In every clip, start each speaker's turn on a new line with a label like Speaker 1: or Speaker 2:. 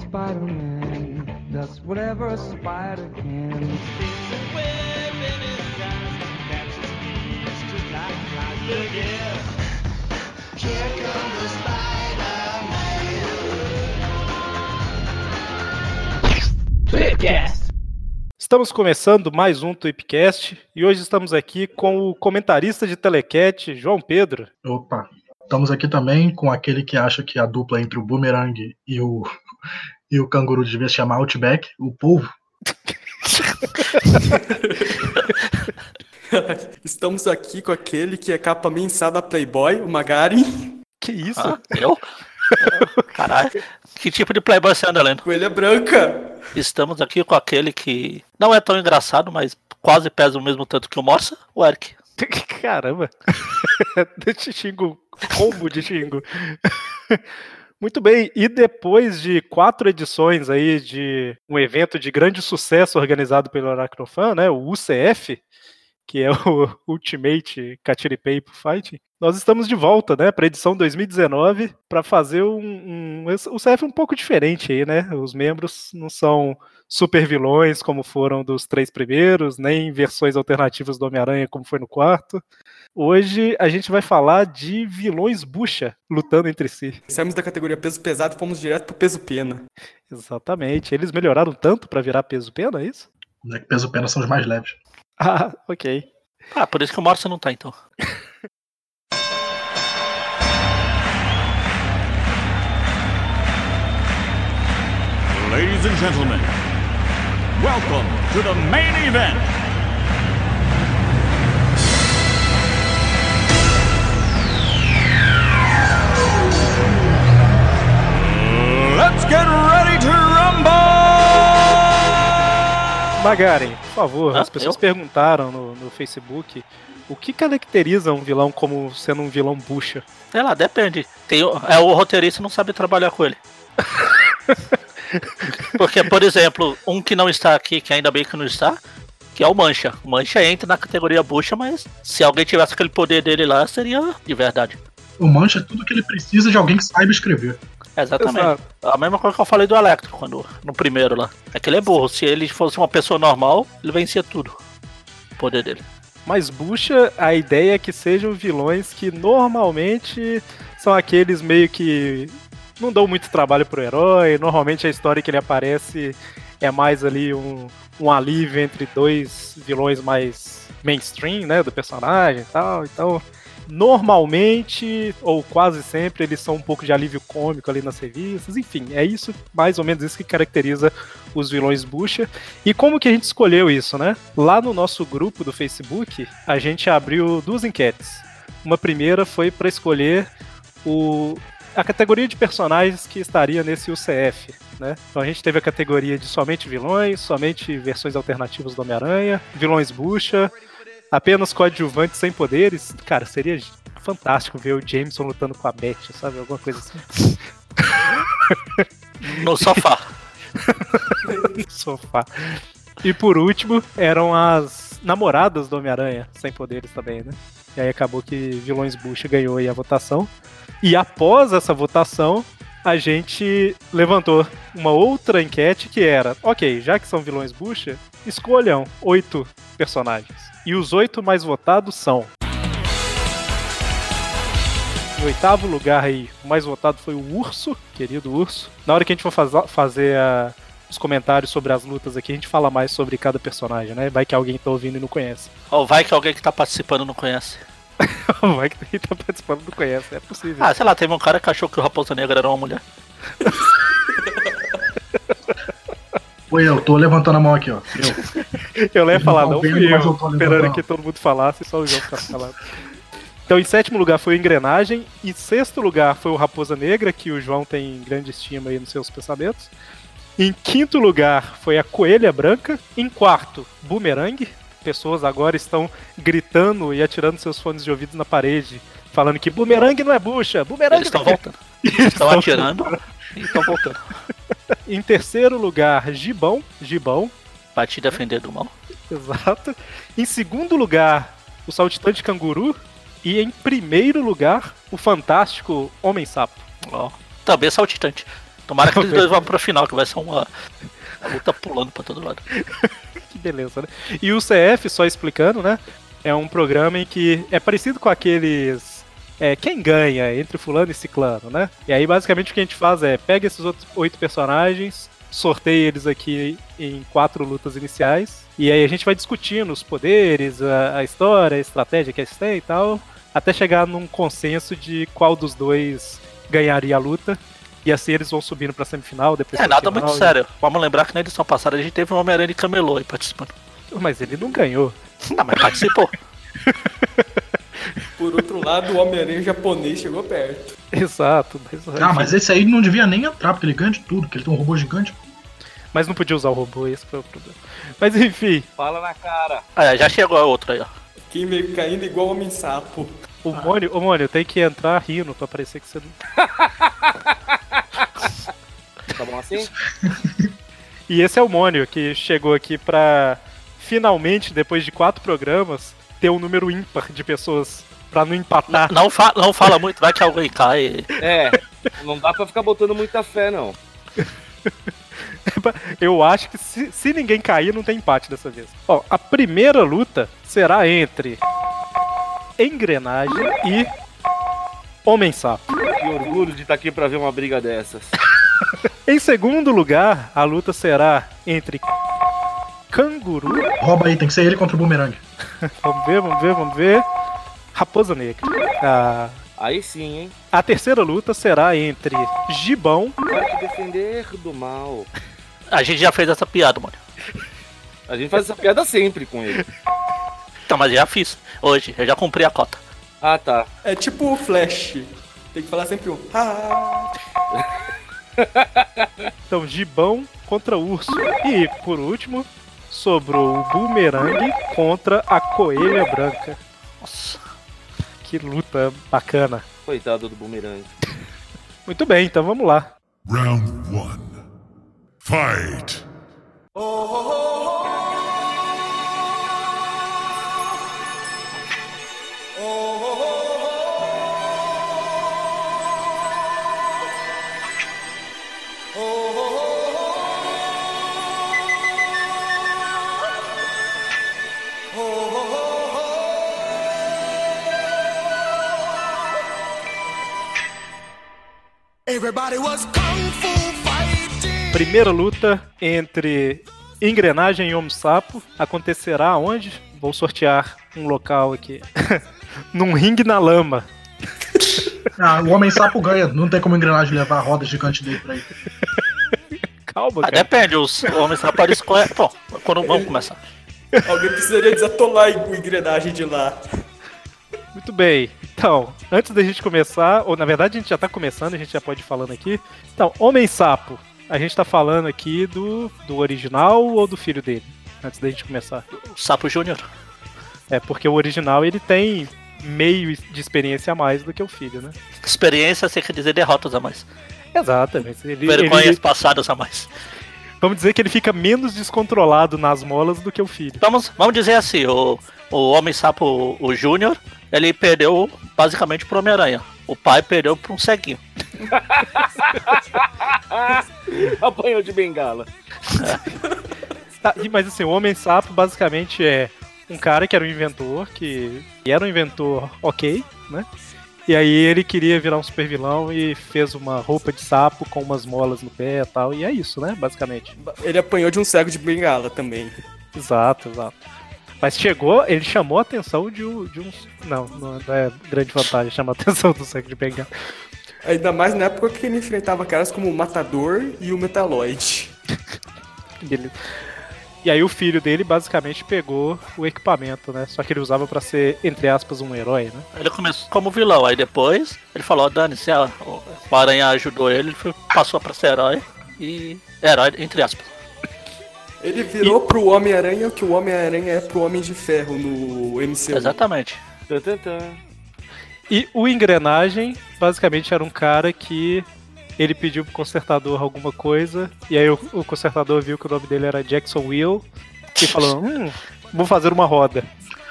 Speaker 1: Spider Man does whatever a spider can.
Speaker 2: There's a web in his eyes that just feels just like flies. Look out. Here comes the Spider-Man.
Speaker 3: Estamos começando mais um Tweepcast e hoje estamos aqui com o comentarista de Telecat, João Pedro.
Speaker 4: Opa, estamos aqui também com aquele que acha que a dupla entre o Boomerang e o, e o canguru devia se chamar Outback, o polvo.
Speaker 5: Estamos aqui com aquele que é capa mensada Playboy, o Magari,
Speaker 3: Que isso?
Speaker 6: Ah, eu? Caralho, que tipo de playboy você anda lendo?
Speaker 5: Coelha é Branca.
Speaker 6: Estamos aqui com aquele que não é tão engraçado, mas quase pesa o mesmo tanto que o Morsa, o Eric.
Speaker 3: Caramba! Deixa xingo, combo de xingo. Muito bem, e depois de quatro edições aí de um evento de grande sucesso organizado pelo Aracnofan, né, o UCF, que é o Ultimate Catiripapo Fighting, nós estamos de volta, né, para a edição 2019, para fazer um, um esse- o UCF um pouco diferente aí, né? Os membros não são super vilões, como foram dos três primeiros, nem versões alternativas do Homem-Aranha, como foi no quarto. Hoje a gente vai falar de vilões bucha lutando entre si.
Speaker 5: Saímos da categoria peso pesado e fomos direto pro peso pena.
Speaker 3: Exatamente. Eles melhoraram tanto pra virar peso-pena, é isso?
Speaker 4: Né, que peso pena são os mais leves.
Speaker 3: Ah, ok.
Speaker 6: Ah, por isso que o Morsa não tá então.
Speaker 7: Ladies and gentlemen, welcome to the main event. Let's get ready to rumble!
Speaker 3: Magaren, por favor,
Speaker 6: Ah,
Speaker 3: as pessoas
Speaker 6: eu?
Speaker 3: perguntaram no, no Facebook o que caracteriza um vilão como sendo um vilão bucha.
Speaker 6: Sei lá, depende. Tem, o- é o roteirista não sabe trabalhar com ele. Porque, por exemplo, um que não está aqui, que ainda bem que não está, que é o Mancha. O Mancha entra na categoria bucha, mas se alguém tivesse aquele poder dele lá, seria de verdade.
Speaker 4: O Mancha é tudo que ele precisa de alguém que saiba escrever.
Speaker 6: Exatamente.
Speaker 3: Exato.
Speaker 6: A mesma coisa que eu falei do Electro quando, no primeiro lá. É que ele é burro. Se ele fosse uma pessoa normal, ele vencia tudo. O poder dele.
Speaker 3: Mas bucha, a ideia é que sejam vilões que normalmente são aqueles meio que não dão muito trabalho pro herói. Normalmente a história que ele aparece é mais ali um, um alívio entre dois vilões mais mainstream, né, do personagem e tal. Então, normalmente ou quase sempre eles são um pouco de alívio cômico ali nas revistas. Enfim, é isso, mais ou menos isso que caracteriza os vilões bucha. E como que a gente escolheu isso, né? Lá no nosso grupo do Facebook, a gente abriu duas enquetes. Uma primeira foi para escolher o a categoria de personagens que estaria nesse UCF, né? Então a gente teve a categoria de somente vilões, somente versões alternativas do Homem-Aranha, vilões bucha, apenas coadjuvantes sem poderes. Cara, seria fantástico ver o Jameson lutando com a Beth, sabe? Alguma coisa assim.
Speaker 6: No sofá.
Speaker 3: sofá. E por último, eram as namoradas do Homem-Aranha, sem poderes também, né? E aí acabou que Vilões Bush ganhou aí a votação. E após essa votação, a gente levantou uma outra enquete que era: ok, já que são vilões Bush, escolham oito personagens. E os oito mais votados são. Em oitavo lugar aí, o mais votado foi o Urso, querido Urso. Na hora que a gente for faza- fazer a, os comentários sobre as lutas aqui, a gente fala mais sobre cada personagem, né? Vai que alguém tá ouvindo e não conhece.
Speaker 6: Ou vai que alguém que tá participando não conhece.
Speaker 3: Vai que quem tá participando não conhece, é possível.
Speaker 6: Ah, sei lá, teve um cara que achou que o Raposa Negra era uma mulher.
Speaker 4: Foi eu, tô levantando a mão aqui, ó. Eu.
Speaker 3: eu ia falar,
Speaker 4: não
Speaker 3: não
Speaker 4: vendo,
Speaker 3: fui
Speaker 4: mas eu
Speaker 3: eu,
Speaker 4: tô
Speaker 3: esperando
Speaker 4: levantando.
Speaker 3: que todo mundo falasse, só o João ficasse calado. Então, em sétimo lugar foi o Engrenagem, em sexto lugar foi o Raposa Negra, que o João tem grande estima aí nos seus pensamentos. Em quinto lugar foi a Coelha Branca. Em quarto, Boomerang. Pessoas agora estão gritando e atirando seus fones de ouvido na parede, falando que Boomerang não é bucha, Boomerang
Speaker 6: Eles estão
Speaker 3: não é
Speaker 6: voltando. Eles estão atirando e estão voltando.
Speaker 3: Em terceiro lugar, Gibão. Gibão,
Speaker 6: Vai te defender do mal.
Speaker 3: exato. Em segundo lugar, o Saltitante Canguru. E em primeiro lugar, o fantástico Homem-Sapo.
Speaker 6: Ó. Também é saltitante. Tomara que eles dois vão pra final, que vai ser uma, uma luta pulando pra todo lado.
Speaker 3: Que beleza, né? E o CF, só explicando, né? É um programa em que é parecido com aqueles. É, quem ganha entre fulano e ciclano, né? E aí basicamente o que a gente faz é pega esses outros oito personagens, sorteia eles aqui em quatro lutas iniciais, e aí a gente vai discutindo os poderes, a, a história, a estratégia que eles têm e tal, até chegar num consenso de qual dos dois ganharia a luta. E assim eles vão subindo pra semifinal, depois
Speaker 6: É
Speaker 3: pra
Speaker 6: nada
Speaker 3: final,
Speaker 6: muito
Speaker 3: e-
Speaker 6: sério. Vamos lembrar que na edição passada a gente teve um Homem-Aranha de Camelô aí participando.
Speaker 3: Mas ele não ganhou.
Speaker 6: Não, mas participou.
Speaker 5: Por outro lado, o Homem-Aranha japonês chegou perto.
Speaker 3: Exato. Mas,
Speaker 4: Ah, mas esse aí não devia nem entrar, porque ele ganha de tudo, porque ele tem um robô gigante.
Speaker 3: mas não podia usar o robô, esse foi o problema. Mas enfim,
Speaker 8: Fala na cara.
Speaker 6: Ah, é, já chegou a outra aí, ó.
Speaker 5: Quem veio caindo igual um Homem-Sapo.
Speaker 3: o Mônio, o Mônio tem que entrar rindo pra parecer que você não.
Speaker 8: Tá bom assim?
Speaker 3: E esse é o Mônio, que chegou aqui pra finalmente, depois de quatro programas, ter um número ímpar de pessoas pra não empatar.
Speaker 6: Não, fa- não fala muito, vai que alguém cai.
Speaker 8: É. Não dá pra ficar botando muita fé, não.
Speaker 3: Eu acho que se, se ninguém cair, não tem empate dessa vez. Ó, a primeira luta será entre Engrenagem e Homem-Sapo.
Speaker 8: Que orgulho de estar aqui pra ver uma briga dessas.
Speaker 3: Em segundo lugar, a luta será entre Canguru
Speaker 4: Rouba aí, tem que ser ele contra o bumerangue.
Speaker 3: Vamos ver, vamos ver, vamos ver. Raposa Negra. A,
Speaker 8: Aí sim, hein?
Speaker 3: a terceira luta será entre Gibão.
Speaker 8: Vai te defender do mal.
Speaker 6: A gente já fez essa piada, mano.
Speaker 8: A gente faz essa piada sempre com ele.
Speaker 6: Então, mas já fiz. Hoje, eu já cumpri a cota.
Speaker 8: Ah, tá.
Speaker 5: É tipo o Flash. Tem que falar sempre um. Ah,
Speaker 3: Então, Gibão contra Urso. E, por último, sobrou o Boomerang contra a Coelha Branca.
Speaker 6: Nossa.
Speaker 3: Que luta bacana.
Speaker 8: Coitado do bumerangue.
Speaker 3: Muito bem, então vamos lá.
Speaker 9: Round one. Fight.
Speaker 2: Everybody was kung fu fighting.
Speaker 3: Primeira luta entre Engrenagem e Homem Sapo acontecerá onde? Vou sortear um local aqui. Num ringue na lama.
Speaker 4: Ah, o homem sapo ganha, não tem como engrenagem levar a roda gigante dele pra ele.
Speaker 3: Calma,
Speaker 6: Ah,
Speaker 3: cara.
Speaker 6: depende, os homens rapazes. qual é- Bom, quando vamos começar?
Speaker 5: alguém precisaria desatolar a engrenagem de lá.
Speaker 3: Muito bem. Então, antes da gente começar, ou na verdade a gente já tá começando, a gente já pode ir falando aqui. Então, Homem Sapo, a gente tá falando aqui do, do original ou do filho dele? Antes da gente começar.
Speaker 6: O Sapo Júnior.
Speaker 3: É porque o original ele tem meio de experiência a mais do que o filho, né?
Speaker 6: Experiência, você quer dizer derrotas a mais.
Speaker 3: Exatamente. Ele,
Speaker 6: Vergonhas
Speaker 3: ele-
Speaker 6: passadas a mais.
Speaker 3: vamos dizer que ele fica menos descontrolado nas molas do que o filho.
Speaker 6: Vamos, vamos dizer assim, o, o Homem-Sapo, o Júnior, ele perdeu basicamente pro Homem-Aranha. O pai perdeu pra um ceguinho.
Speaker 8: Apanhou de bengala.
Speaker 3: Tá, e- mas assim, o Homem Sapo basicamente é um cara que era um inventor, que e era um inventor ok, né? E aí ele queria virar um super vilão e fez uma roupa de sapo com umas molas no pé e tal, e é isso, né? Basicamente.
Speaker 5: Ele apanhou de um cego de bengala também.
Speaker 3: Exato, exato. Mas chegou, ele chamou a atenção de um. De um não, não é grande vantagem chamar a atenção do século de pegar.
Speaker 5: Ainda mais na época que ele enfrentava caras como o Matador e o Metaloid.
Speaker 3: Beleza. E aí o filho dele basicamente pegou o equipamento, né? Só que ele usava pra ser, entre aspas, um herói, né?
Speaker 6: Ele começou como vilão, aí depois ele falou, dane-se, ah, o Aranha ajudou ele, ele foi- passou pra ser herói. E. Herói, entre aspas.
Speaker 5: Ele virou pro Homem-Aranha o que o Homem-Aranha é pro Homem de Ferro no um. MCU.
Speaker 6: Exatamente.
Speaker 8: Tan, tan, tan.
Speaker 3: E o Engrenagem, basicamente, era um cara que ele pediu pro consertador alguma coisa, e aí o, o consertador viu que o nome dele era Jackson Will, e falou, hum, vou fazer uma roda.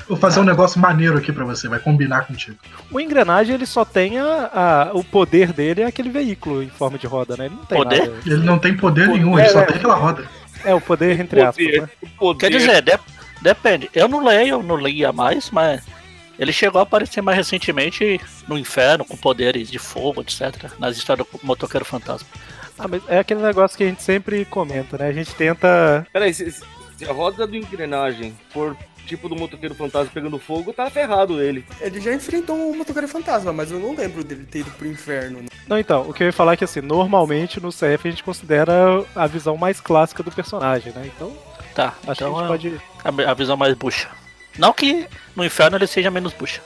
Speaker 4: Vou fazer um negócio maneiro aqui pra você, vai combinar contigo.
Speaker 3: O engrenagem ele só tem a, a- o poder dele é aquele veículo em forma de roda, né? Ele não tem
Speaker 6: Poder?
Speaker 3: nada.
Speaker 4: Ele não tem poder nenhum, ele
Speaker 3: É,
Speaker 4: só
Speaker 3: é.
Speaker 4: tem aquela roda.
Speaker 3: É o poder entre aspas, né?
Speaker 8: Poder.
Speaker 6: Quer dizer, de- depende. Eu não leio, não lia mais, mas ele chegou a aparecer mais recentemente no inferno, com poderes de fogo, etc. Nas histórias do motoqueiro fantasma.
Speaker 3: Ah, mas é aquele negócio que a gente sempre comenta, né? A gente tenta.
Speaker 8: Peraí, se, se a roda do engrenagem for tipo do motoqueiro fantasma pegando fogo, tá ferrado ele.
Speaker 5: Ele já enfrentou um motoqueiro fantasma, mas eu não lembro dele ter ido pro inferno. né?
Speaker 3: Não, então, o que eu ia falar é que assim, normalmente no CF a gente considera a visão mais clássica do personagem, né? Então,
Speaker 6: Tá,
Speaker 3: acho
Speaker 6: então
Speaker 3: que a gente
Speaker 6: é
Speaker 3: pode.
Speaker 6: a, a visão mais bucha. Não que no inferno ele seja menos bucha.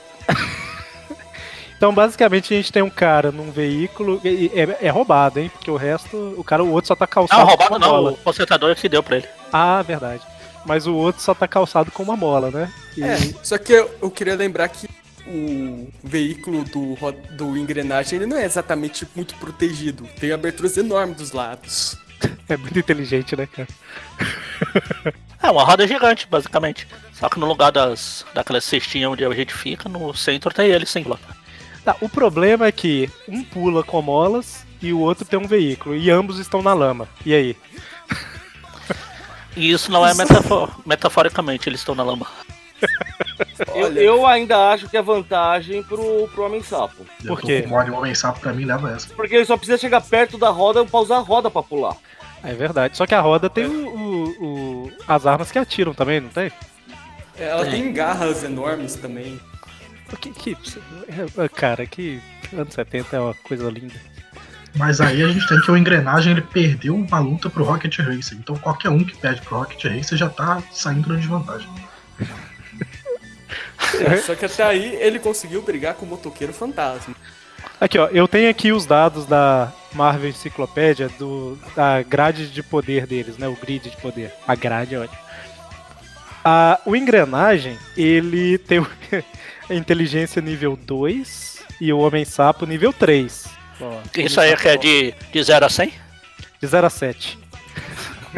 Speaker 3: Então, basicamente, a gente tem um cara num veículo. e- e- é, é roubado, hein? Porque o resto, o cara, o outro só tá calçado.
Speaker 6: Não,
Speaker 3: com
Speaker 6: roubado
Speaker 3: uma
Speaker 6: não,
Speaker 3: mola.
Speaker 6: o consertador é que deu pra ele.
Speaker 3: Ah, verdade. Mas o outro só tá calçado com uma mola, né? E-
Speaker 5: É, só que eu, eu queria lembrar que o veículo do, ro- do engrenagem ele não é exatamente muito protegido. Tem aberturas enormes dos lados.
Speaker 3: É muito inteligente, né, cara?
Speaker 6: É uma roda gigante, basicamente. Só que no lugar das, daquelas cestinhas onde a gente fica, no centro tem ele sem lá.
Speaker 3: Tá, o problema é que um pula com molas e o outro tem um veículo. E ambos estão na lama. E aí?
Speaker 6: E isso não é metafor metaforicamente, eles estão na lama.
Speaker 8: Eu, eu ainda acho que é vantagem pro, pro homem sapo.
Speaker 4: Eu
Speaker 3: Por
Speaker 4: tô
Speaker 3: quê?
Speaker 4: com mole, o homem sapo pra mim leva essa.
Speaker 8: Porque ele só precisa chegar perto da roda pra usar a roda pra pular.
Speaker 3: É verdade. Só que a roda tem o, o- o- as armas que atiram também, não tem?
Speaker 5: É, Ela tem garras enormes também.
Speaker 3: Que, que, é, cara, que anos 70 é uma coisa linda.
Speaker 4: Mas aí a gente tem que o engrenagem ele perdeu uma luta pro Rocket Racer. Então qualquer um que perde pro Rocket Racer já tá saindo na desvantagem.
Speaker 5: Só que até aí ele conseguiu brigar com o motoqueiro fantasma.
Speaker 3: Aqui, ó, eu tenho aqui os dados da Marvel Enciclopédia do, da grade de poder deles, né? O grid de poder. A grade é ótimo. A, o engrenagem, ele tem o- a inteligência nível 2 e o Homem-Sapo nível 3. Ó,
Speaker 6: Isso aí que é de, de 0 a 100?
Speaker 3: De 0 a 7.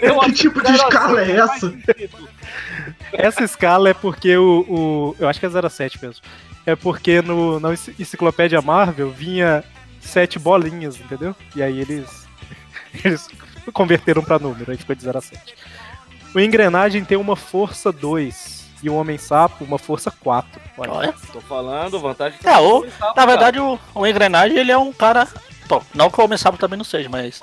Speaker 8: Eu
Speaker 4: que
Speaker 8: acho
Speaker 4: tipo de
Speaker 8: zero a
Speaker 4: escala é
Speaker 8: zero faz
Speaker 4: essa?
Speaker 8: sentido.
Speaker 3: Essa escala é porque o, o- Eu acho que é 07 mesmo. É porque no, na enci- enciclopédia Marvel vinha sete bolinhas, entendeu? E aí eles. Eles converteram pra número, aí ficou de 0 a 7. O engrenagem tem uma força 2 e o Homem-Sapo uma força 4. Olha.
Speaker 6: Olha.
Speaker 8: Tô falando, vantagem
Speaker 6: É, ou,
Speaker 8: homem sapo,
Speaker 6: Na
Speaker 8: cara.
Speaker 6: verdade, o, o engrenagem ele é um cara. Bom, não que o homem sapo também não seja, mas.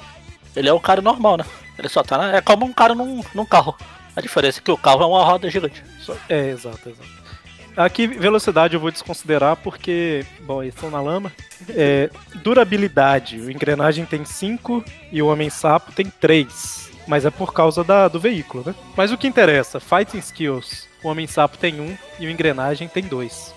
Speaker 6: Ele é um cara normal, né? Ele só tá. na- É como um cara num, num carro. A diferença é que o carro é uma roda gigante.
Speaker 3: Só- É, exato, exato. Aqui, velocidade eu vou desconsiderar porque, bom, eles estão na lama. É, durabilidade: o engrenagem tem 5 e o Homem-Sapo tem 3. Mas é por causa da- do veículo, né? Mas o que interessa: Fighting Skills. O Homem-Sapo tem 1 um, e o engrenagem tem 2.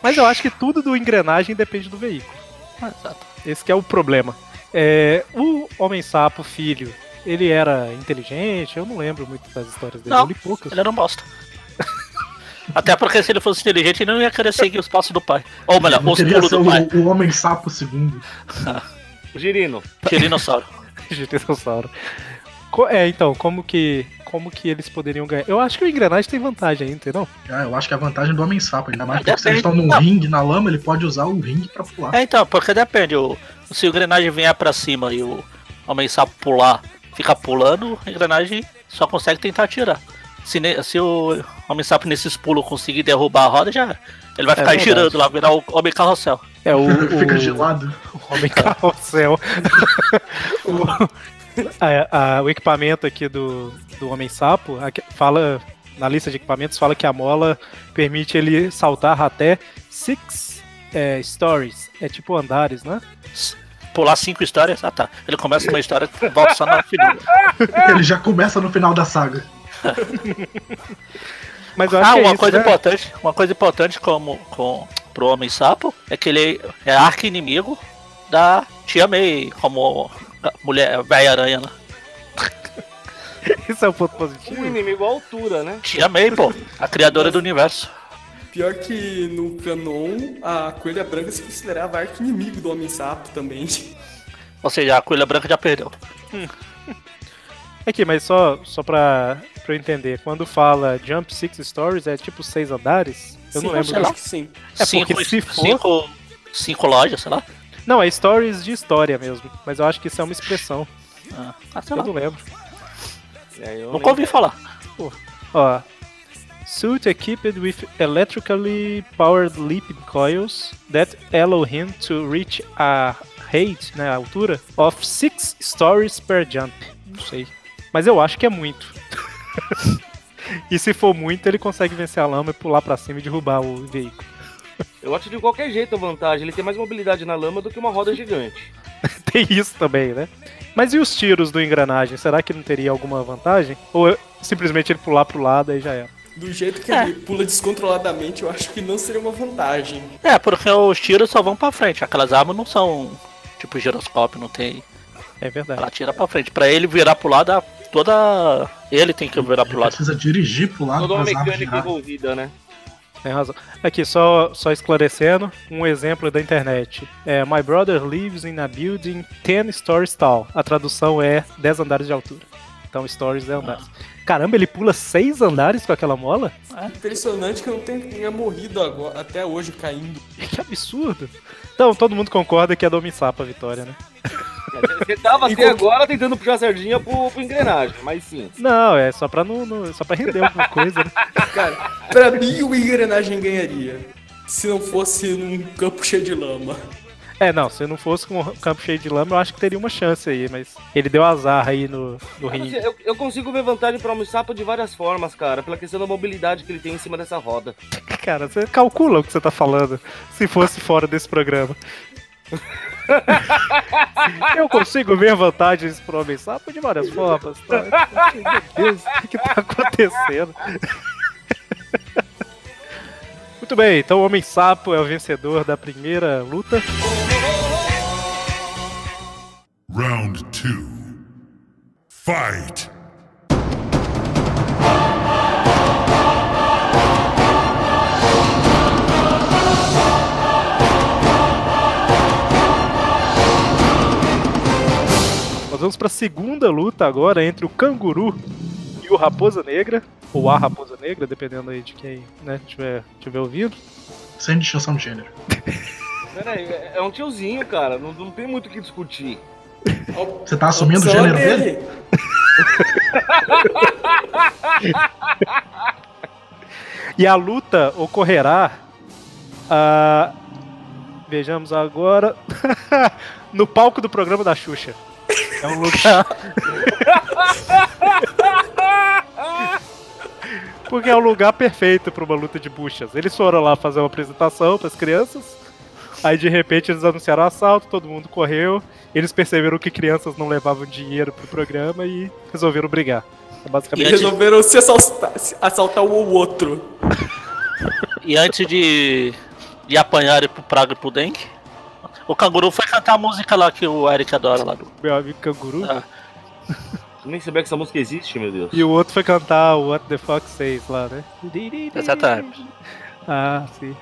Speaker 3: Mas eu acho que tudo do engrenagem depende do veículo.
Speaker 6: Exato.
Speaker 3: Esse que é o problema. É, o Homem-Sapo, filho, ele era inteligente? Eu não lembro muito das histórias dele.
Speaker 6: Não.
Speaker 3: eu li é um poucas.
Speaker 6: Ele não bosta. Até porque se ele fosse inteligente, ele não ia querer seguir os passos do pai. Ou melhor,
Speaker 4: Não
Speaker 6: os
Speaker 4: queria
Speaker 6: pulos
Speaker 4: ser
Speaker 6: do pai.
Speaker 4: o, o homem sapo segundo.
Speaker 8: Girino,
Speaker 6: Tirinossauro.
Speaker 3: de dinossauro. Co- É, então, como que. Como que eles poderiam ganhar? Eu acho que o engrenagem tem vantagem ainda, entendeu?
Speaker 4: Ah, eu acho que é a vantagem do homem sapo, ainda mais porque se
Speaker 6: Depende.
Speaker 4: eles estão num
Speaker 6: Não.
Speaker 4: ringue na lama, ele pode usar o ringue pra pular.
Speaker 6: É, então, porque depende. O, se o engrenagem vier pra cima e o homem sapo pular, fica pulando, a engrenagem só consegue tentar tirar. Se, ne- se o homem sapo nesses pulos conseguir derrubar a roda, já ele vai ficar
Speaker 3: É verdade.
Speaker 6: girando lá, virar o homem carrossel.
Speaker 3: É o,
Speaker 4: Fica gelado.
Speaker 3: homem carrossel. o, a- a- o equipamento aqui do, do homem sapo aqui- fala na lista de equipamentos fala que a mola permite ele saltar até six é, stories, é tipo andares, né?
Speaker 6: Pular cinco histórias, ah tá. Ele começa uma história e volta só na final.
Speaker 8: É.
Speaker 4: Ele já começa no final da saga.
Speaker 3: Mas eu acho
Speaker 6: Ah,
Speaker 3: que é
Speaker 6: uma
Speaker 3: isso,
Speaker 6: coisa
Speaker 3: né?
Speaker 6: importante, uma coisa importante como com pro homem sapo é que ele é arco inimigo da tia May, como a mulher velha aranha, né?
Speaker 3: Isso é um ponto
Speaker 8: um
Speaker 3: positivo.
Speaker 8: inimigo à altura, né?
Speaker 6: Tia May, pô, a criadora do universo.
Speaker 5: Pior que no canon, a coelha branca se considerava arqui-inimigo do Homem-Sapo também.
Speaker 6: Ou seja, a Coelha Branca já perdeu.
Speaker 3: Aqui, mas só, só pra pra eu entender. Quando fala Jump Six Stories, é tipo seis andares? Eu
Speaker 5: Sim,
Speaker 3: não lembro.
Speaker 5: sei lá. Sim.
Speaker 3: É porque se for-
Speaker 6: cinco, cinco lojas, sei lá.
Speaker 3: Não, é stories de história mesmo. Mas eu acho que isso é uma expressão.
Speaker 6: Ah, Ah, sei
Speaker 3: Eu
Speaker 6: lá.
Speaker 3: não lembro.
Speaker 8: É, eu
Speaker 6: Nunca ouvi falar.
Speaker 3: Ó. Suit equipped with electrically powered leaping coils that allow him to reach a height, né, a altura, of six stories per jump. Não sei. Mas eu acho que é muito. e se for muito, ele consegue vencer a lama e pular pra cima e derrubar o veículo.
Speaker 8: Eu acho de qualquer jeito a vantagem. Ele tem mais mobilidade na lama do que uma roda gigante.
Speaker 3: Tem isso também, né? Mas e os tiros do engrenagem? Será que não teria alguma vantagem? Ou eu- simplesmente ele pular pro lado e já era?
Speaker 5: Do jeito que
Speaker 6: É.
Speaker 5: ele pula descontroladamente, eu acho que não seria uma vantagem.
Speaker 6: É, porque os tiros só vão pra frente. Aquelas armas não são tipo giroscópio, não tem.
Speaker 3: É verdade.
Speaker 6: Ela tira pra frente. Pra ele virar pro lado, a- toda. Ele tem que virar pro
Speaker 4: Ele
Speaker 6: lado.
Speaker 4: precisa dirigir pro lado
Speaker 8: Toda uma
Speaker 4: pras árvores
Speaker 8: mecânica
Speaker 4: girar.
Speaker 8: envolvida, né?
Speaker 3: Tem razão. Aqui, só, só esclarecendo, um exemplo da internet. É, My brother lives in a building 10 stories tall. A tradução é 10 andares de altura. Então, stories é andares. Caramba, ele pula 6 andares com aquela mola?
Speaker 5: Impressionante que eu não tenha, tenha morrido agora, até hoje caindo.
Speaker 3: Que absurdo. Então, todo mundo concorda que é do Missapa a vitória, né?
Speaker 8: Você tava até
Speaker 5: Enquanto-
Speaker 8: agora tentando puxar a sardinha pro, pro engrenagem, mas sim.
Speaker 3: Não, é só pra, não, não- é só pra render alguma coisa, né?
Speaker 5: Cara, pra mim o engrenagem ganharia. Se não fosse num campo cheio de lama.
Speaker 3: É, não, se não fosse com o campo cheio de lama, eu acho que teria uma chance aí, mas ele deu azar aí no, no
Speaker 8: Mas, assim,
Speaker 3: ringue.
Speaker 8: Eu, eu consigo ver vantagem pro Almissapo de várias formas, cara, pela questão da mobilidade que ele tem em cima dessa roda.
Speaker 3: Cara, você calcula o que você tá falando se fosse fora desse programa. Eu consigo ver vantagens pro homem sapo de várias formas. tá? Meu Deus, o que que tá acontecendo? Muito bem, então o Homem Sapo é o vencedor da primeira luta.
Speaker 9: Round two. Fight.
Speaker 3: Nós vamos pra segunda luta agora entre o canguru e o raposa negra, ou a raposa negra, dependendo aí de quem né, tiver, tiver ouvido.
Speaker 4: Sem distinção de gênero.
Speaker 8: Pera aí, é é um tiozinho, cara, não, não tem muito o que discutir.
Speaker 4: Você tá assumindo o
Speaker 5: Opção
Speaker 4: gênero dele?
Speaker 3: E a luta ocorrerá. ah, vejamos agora. no palco do programa da Xuxa. É um lugar. Porque é o lugar perfeito para uma luta de buchas. Eles foram lá fazer uma apresentação para as crianças. Aí de repente eles anunciaram o assalto, todo mundo correu. Eles perceberam que crianças não levavam dinheiro pro programa e resolveram brigar. É
Speaker 5: E
Speaker 3: basicamente
Speaker 5: resolveram se assaltar, se assaltar um ao outro.
Speaker 6: E antes de, de apanhar pro Praga e pro Dengue, o canguru foi cantar a música lá que o Eric adora lá do.
Speaker 3: meu amigo canguru.
Speaker 6: Ah.
Speaker 8: Nem sabia é que essa música existe, meu Deus.
Speaker 3: E o outro foi cantar o What the Fox Says lá, né?
Speaker 6: Exatamente.
Speaker 3: Ah, sim.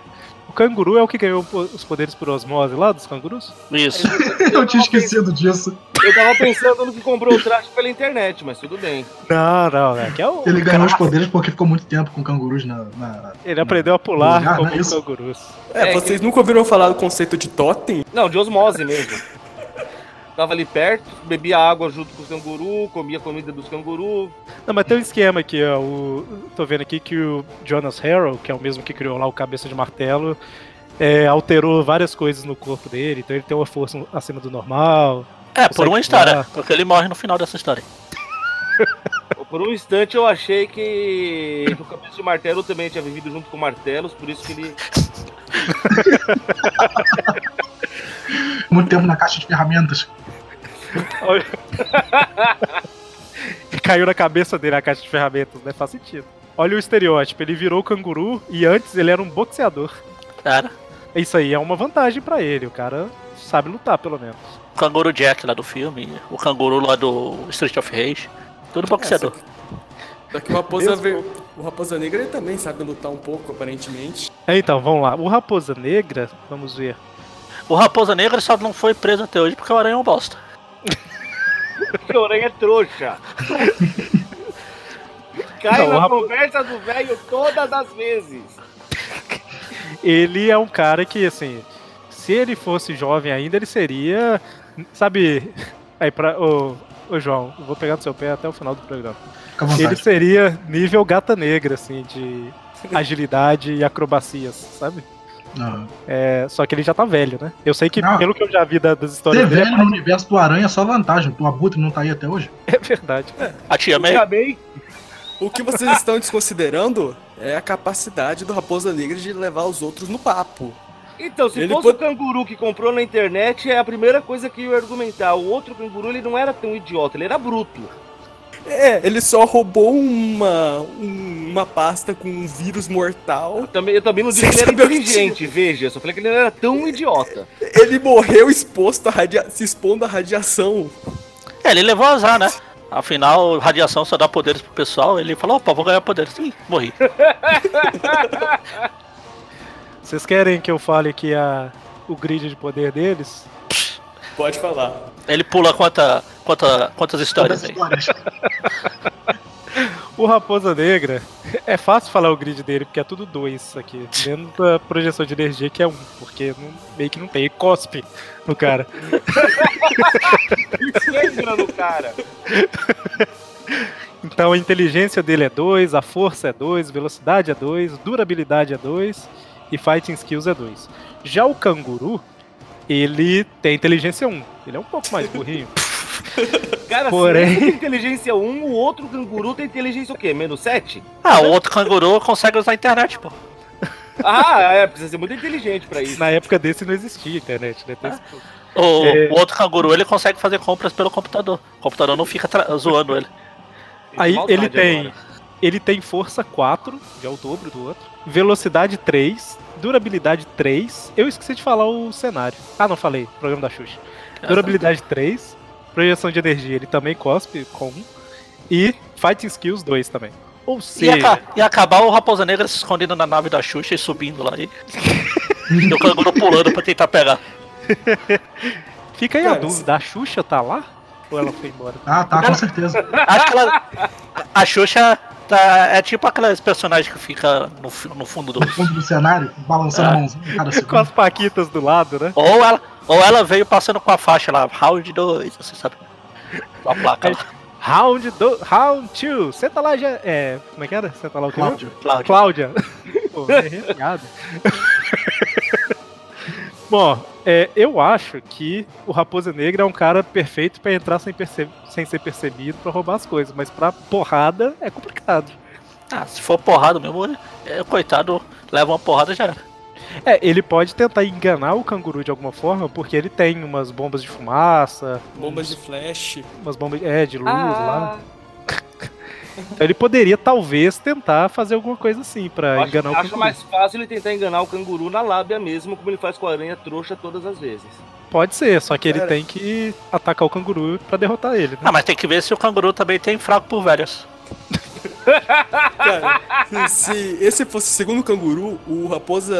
Speaker 3: O canguru é o que ganhou po- os poderes por osmose lá dos cangurus?
Speaker 6: Isso.
Speaker 4: Eu tinha esquecido disso.
Speaker 8: Eu tava pensando no que comprou o traje pela internet, mas tudo bem.
Speaker 3: Não, não, né? Que é o...
Speaker 4: Ele ganhou os poderes porque ficou muito tempo com cangurus na. na-
Speaker 3: Ele aprendeu a pular
Speaker 4: Ah,
Speaker 3: como
Speaker 4: não é isso?
Speaker 3: cangurus.
Speaker 5: É,
Speaker 8: É,
Speaker 5: vocês nunca ouviram falar do conceito de totem?
Speaker 8: Não, de osmose mesmo. Tava ali perto, bebia água junto com os canguru, comia comida dos canguru.
Speaker 3: Não, mas tem um esquema aqui, ó. O... Tô vendo aqui que o Jonas Harrow, que é o mesmo que criou lá o Cabeça de Martelo, é, alterou várias coisas no corpo dele, então ele tem uma força acima do normal.
Speaker 6: É, por uma
Speaker 3: Consegue
Speaker 6: história.
Speaker 3: pular.
Speaker 6: Porque ele morre no final dessa história.
Speaker 8: Por um instante eu achei que o cabeça de martelo também tinha vivido junto com martelos, por isso que ele.
Speaker 4: Muito tempo na caixa de ferramentas.
Speaker 3: Olha. Caiu na cabeça dele a caixa de ferramentas, né? Faz sentido. Olha o estereótipo, ele virou canguru e antes ele era um boxeador.
Speaker 6: Cara,
Speaker 3: Isso aí é uma vantagem pra ele, o cara sabe lutar pelo menos.
Speaker 6: o canguru Jack lá do filme, o canguru lá do Street of Rage. Tudo boxeador.
Speaker 5: Só É, que o raposa, ver... o raposa negra ele também sabe lutar um pouco, aparentemente.
Speaker 3: É, Então, vamos lá. O Raposa Negra, vamos ver.
Speaker 6: O Raposa Negra só não foi preso até hoje porque o Aranha é um bosta.
Speaker 8: Que orelha é trouxa! Cai
Speaker 3: Não,
Speaker 8: na
Speaker 3: o rap-
Speaker 8: conversa do velho todas as vezes.
Speaker 3: ele é um cara que, assim, se ele fosse jovem ainda, ele seria. Sabe. Aí, pra. Ô, ô, João, eu vou pegar no seu pé até o final do programa.
Speaker 4: Fica à
Speaker 3: Ele
Speaker 4: vontade.
Speaker 3: seria nível gata negra, assim, de agilidade e acrobacias, sabe?
Speaker 4: Ah.
Speaker 3: É, só que ele já tá velho, né? Eu sei que,
Speaker 4: Não.
Speaker 3: pelo que eu já vi da- das
Speaker 4: Ter
Speaker 3: histórias dele,
Speaker 4: velho no universo do Aranha é só vantagem. O Abutre não tá aí até hoje.
Speaker 3: é verdade.
Speaker 6: A tia May,
Speaker 8: Ainda bem
Speaker 5: O que vocês estão desconsiderando é a capacidade do Raposa Negra de levar os outros no papo.
Speaker 8: Então, se
Speaker 5: Ele
Speaker 8: fosse
Speaker 5: pode-
Speaker 8: o canguru que comprou na internet, é a primeira coisa que eu ia argumentar. O outro canguru, ele não era tão idiota, ele era bruto.
Speaker 5: É, ele só roubou uma, um- uma pasta com um vírus
Speaker 8: Eu
Speaker 5: mortal.
Speaker 8: também, eu também não disse
Speaker 5: Sem
Speaker 8: que ele era
Speaker 5: saber o que
Speaker 8: inteligente, veja. Eu só falei que ele não era tão idiota.
Speaker 5: Ele morreu exposto à radia... se expondo à radiação.
Speaker 6: é, ele levou azar, né? Afinal, radiação só dá poderes pro pessoal. Ele falou, opa, vou ganhar poderes. Ih, morri.
Speaker 3: Vocês querem que eu fale aqui a, o grid de poder deles?
Speaker 5: Pode falar.
Speaker 6: Ele pula quanta, quanta, quantas histórias aí.
Speaker 3: O Raposa Negra, é fácil falar o grid dele, porque é tudo dois aqui. Menos a projeção de energia, que é um, porque não- meio que não tem. E cospe no cara.
Speaker 8: Lembra do cara.
Speaker 3: Então a inteligência dele é 2, a força é 2, velocidade é 2, durabilidade é 2 e fighting skills é 2. Já o canguru, ele tem inteligência 1. Ele é um pouco mais burrinho.
Speaker 8: Cara,
Speaker 3: Porém-
Speaker 8: se ele tem inteligência 1, o outro canguru tem inteligência o quê? Menos 7?
Speaker 6: Ah, o outro canguru consegue usar a internet, pô.
Speaker 8: Ah, é, precisa ser muito inteligente pra isso.
Speaker 3: Na época desse não existia internet, né? Tem esse problema.
Speaker 6: O,
Speaker 3: É.
Speaker 6: o outro canguru, ele consegue fazer compras pelo computador. O computador não fica tra- zoando ele.
Speaker 3: Aí
Speaker 8: Maldade
Speaker 3: ele tem,
Speaker 8: agora.
Speaker 3: ele tem força 4, já é o dobro do outro. Velocidade 3, durabilidade 3. Eu esqueci de falar o cenário. Ah, não falei, programa da Xuxa.
Speaker 6: Ah, tá.
Speaker 3: Durabilidade 3, projeção de energia, ele também cospe com 1. E Fighting Skills 2 também. Ou
Speaker 6: E,
Speaker 3: seja,
Speaker 6: aca- e acabar o Raposa Negra se escondendo na nave da Xuxa e subindo lá. E, e o canguru pulando pra tentar pegar.
Speaker 3: fica aí a
Speaker 5: Cara,
Speaker 3: dúvida, a Xuxa tá lá? Ou ela foi embora?
Speaker 4: Ah, tá, com certeza.
Speaker 6: Acho que ela. A Xuxa tá- é tipo aquelas personagens que fica no, fi- no fundo do.
Speaker 4: No fundo do cenário, balançando a mãozinha assim. cada
Speaker 3: com as
Speaker 4: segundo.
Speaker 3: paquitas do lado, né?
Speaker 6: Ou ela, ou ela veio passando com a faixa lá, round 2, você sabe. Com a placa lá,
Speaker 3: Round 2, Round 2, senta lá já, é, como é que era? Senta lá o que? mesmo?
Speaker 4: Cláudio.
Speaker 6: Cláudio.
Speaker 3: Cláudia. Pô, errei a piada. Bom, é, eu acho que o Raposa Negra é um cara perfeito pra entrar sem, perce- sem ser percebido pra roubar as coisas, mas pra porrada é complicado.
Speaker 6: Ah, se for porrada mesmo, é, coitado, leva uma porrada já era.
Speaker 3: É, ele pode tentar enganar o canguru de alguma forma, porque ele tem umas bombas de fumaça,
Speaker 5: Bombas de flash.
Speaker 3: umas bombas é, de luz lá.
Speaker 8: Ah.
Speaker 3: Então ele poderia talvez tentar fazer alguma coisa assim pra
Speaker 8: Eu acho,
Speaker 3: enganar o
Speaker 8: acho
Speaker 3: canguru.
Speaker 8: mais fácil ele tentar enganar o canguru na lábia mesmo, como ele faz com a aranha trouxa todas as vezes.
Speaker 3: Pode ser, só que ele
Speaker 5: Cara.
Speaker 3: tem que atacar o canguru pra derrotar ele, né?
Speaker 6: Ah, mas tem que ver se o canguru também tem fraco por velhas.
Speaker 5: Cara, se esse fosse o segundo canguru, o Raposa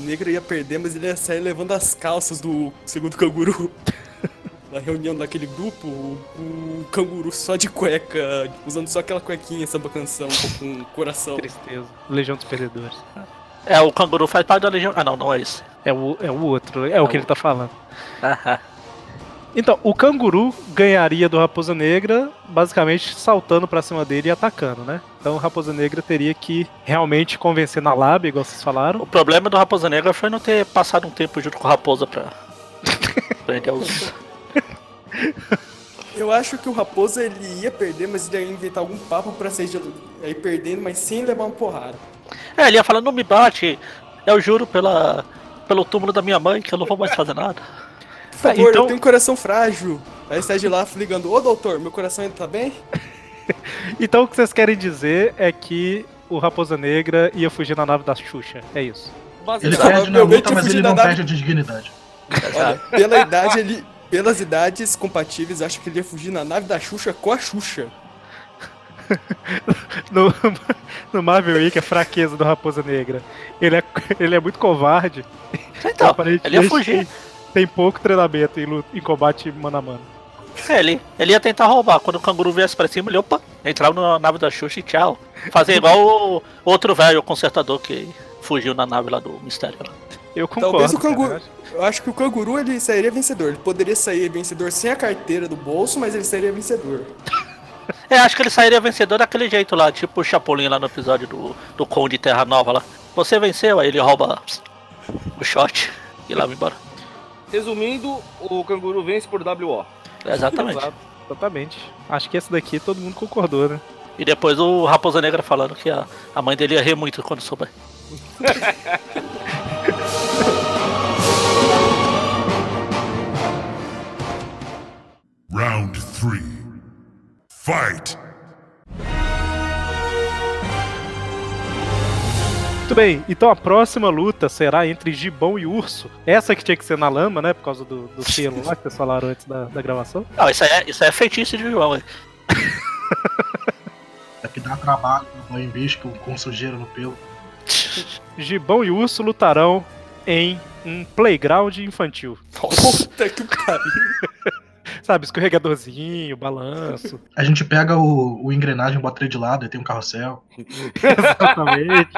Speaker 5: Negra ia perder, mas ele ia sair levando as calças do segundo canguru. Na reunião daquele grupo, o, o canguru só de cueca, usando só aquela cuequinha samba canção um com coração.
Speaker 3: Tristeza. Legião dos Perdedores.
Speaker 6: É, o canguru faz parte da legião. Ah, não, não é esse.
Speaker 3: É o, é o outro, é o que ele tá falando.
Speaker 6: Aham.
Speaker 3: Então, o canguru ganharia do Raposa Negra basicamente saltando pra cima dele e atacando, né? Então o Raposa Negra teria que realmente convencer na lábia, igual vocês falaram.
Speaker 6: O problema do Raposa Negra foi não ter passado um tempo junto com o Raposa pra. prender os.
Speaker 5: Eu acho que o Raposa ele ia perder, mas ele ia inventar algum papo pra sair de, aí perdendo, mas sem levar uma porrada.
Speaker 6: É, ele ia falando, não me bate, eu juro pela. pelo túmulo da minha mãe que eu não vou mais fazer nada.
Speaker 5: Por favor,
Speaker 3: então-
Speaker 5: eu tenho um coração frágil. Aí sai de lá ligando, ô doutor, meu coração ainda tá bem?
Speaker 3: Então o que vocês querem dizer é que o Raposa Negra ia fugir na nave da Xuxa. É isso.
Speaker 4: Ele
Speaker 5: Exato.
Speaker 4: perde na
Speaker 5: Meu bem,
Speaker 4: luta,
Speaker 5: que
Speaker 4: mas
Speaker 5: fugir
Speaker 4: ele
Speaker 5: da
Speaker 4: não
Speaker 5: nave-
Speaker 4: perde a dignidade.
Speaker 5: Olha, pela idade ele. Pelas idades compatíveis, acho que ele ia fugir na nave da Xuxa com a Xuxa.
Speaker 3: No, no Marvel Week, a fraqueza do Raposa Negra. Ele é, ele é muito covarde.
Speaker 6: Então, ele
Speaker 3: aparentemente
Speaker 6: ia fugir.
Speaker 3: Tem pouco treinamento em, luta, em combate mano a mano.
Speaker 6: É, ele, ele ia tentar roubar. Quando o canguru viesse pra cima, ele, opa, entrava na nave da Xuxa e tchau. Fazer igual o outro velho, o consertador, que fugiu na nave lá do mistério. né? lá.
Speaker 3: Eu concordo.
Speaker 5: Talvez o
Speaker 3: cara,
Speaker 5: canguru.
Speaker 3: eu acho-
Speaker 5: Eu acho que o canguru ele sairia vencedor. Ele poderia sair vencedor sem a carteira do bolso, mas ele sairia vencedor.
Speaker 6: É, acho que ele sairia vencedor daquele jeito lá, tipo o Chapolin lá no episódio do, do Conde Terra Nova lá. Você venceu, aí ele rouba pss, o shot e lá vai embora.
Speaker 8: Resumindo, o canguru vence por WO.
Speaker 6: Exatamente.
Speaker 3: Exatamente. Acho que esse daqui todo mundo concordou, né?
Speaker 6: E depois o Raposa Negra falando que a, a mãe dele ia rir muito quando souber.
Speaker 9: Round three. Fight!
Speaker 3: Muito bem, então a próxima luta será entre Gibão e Urso. Essa que tinha que ser na lama, né? Por causa do, do selo lá que vocês falaram antes da, da gravação.
Speaker 6: Não, isso aí é, isso aí é feitiço de João. hein?
Speaker 4: É que dá trabalho banho em bicho com, com sujeira no pelo.
Speaker 3: Gibão e Urso lutarão em um playground infantil.
Speaker 6: Nossa.
Speaker 5: Puta que pariu.
Speaker 3: Sabe, escorregadorzinho, balanço.
Speaker 4: A gente pega o, o engrenagem, bota ele de lado, aí tem um carrossel.
Speaker 3: Exatamente.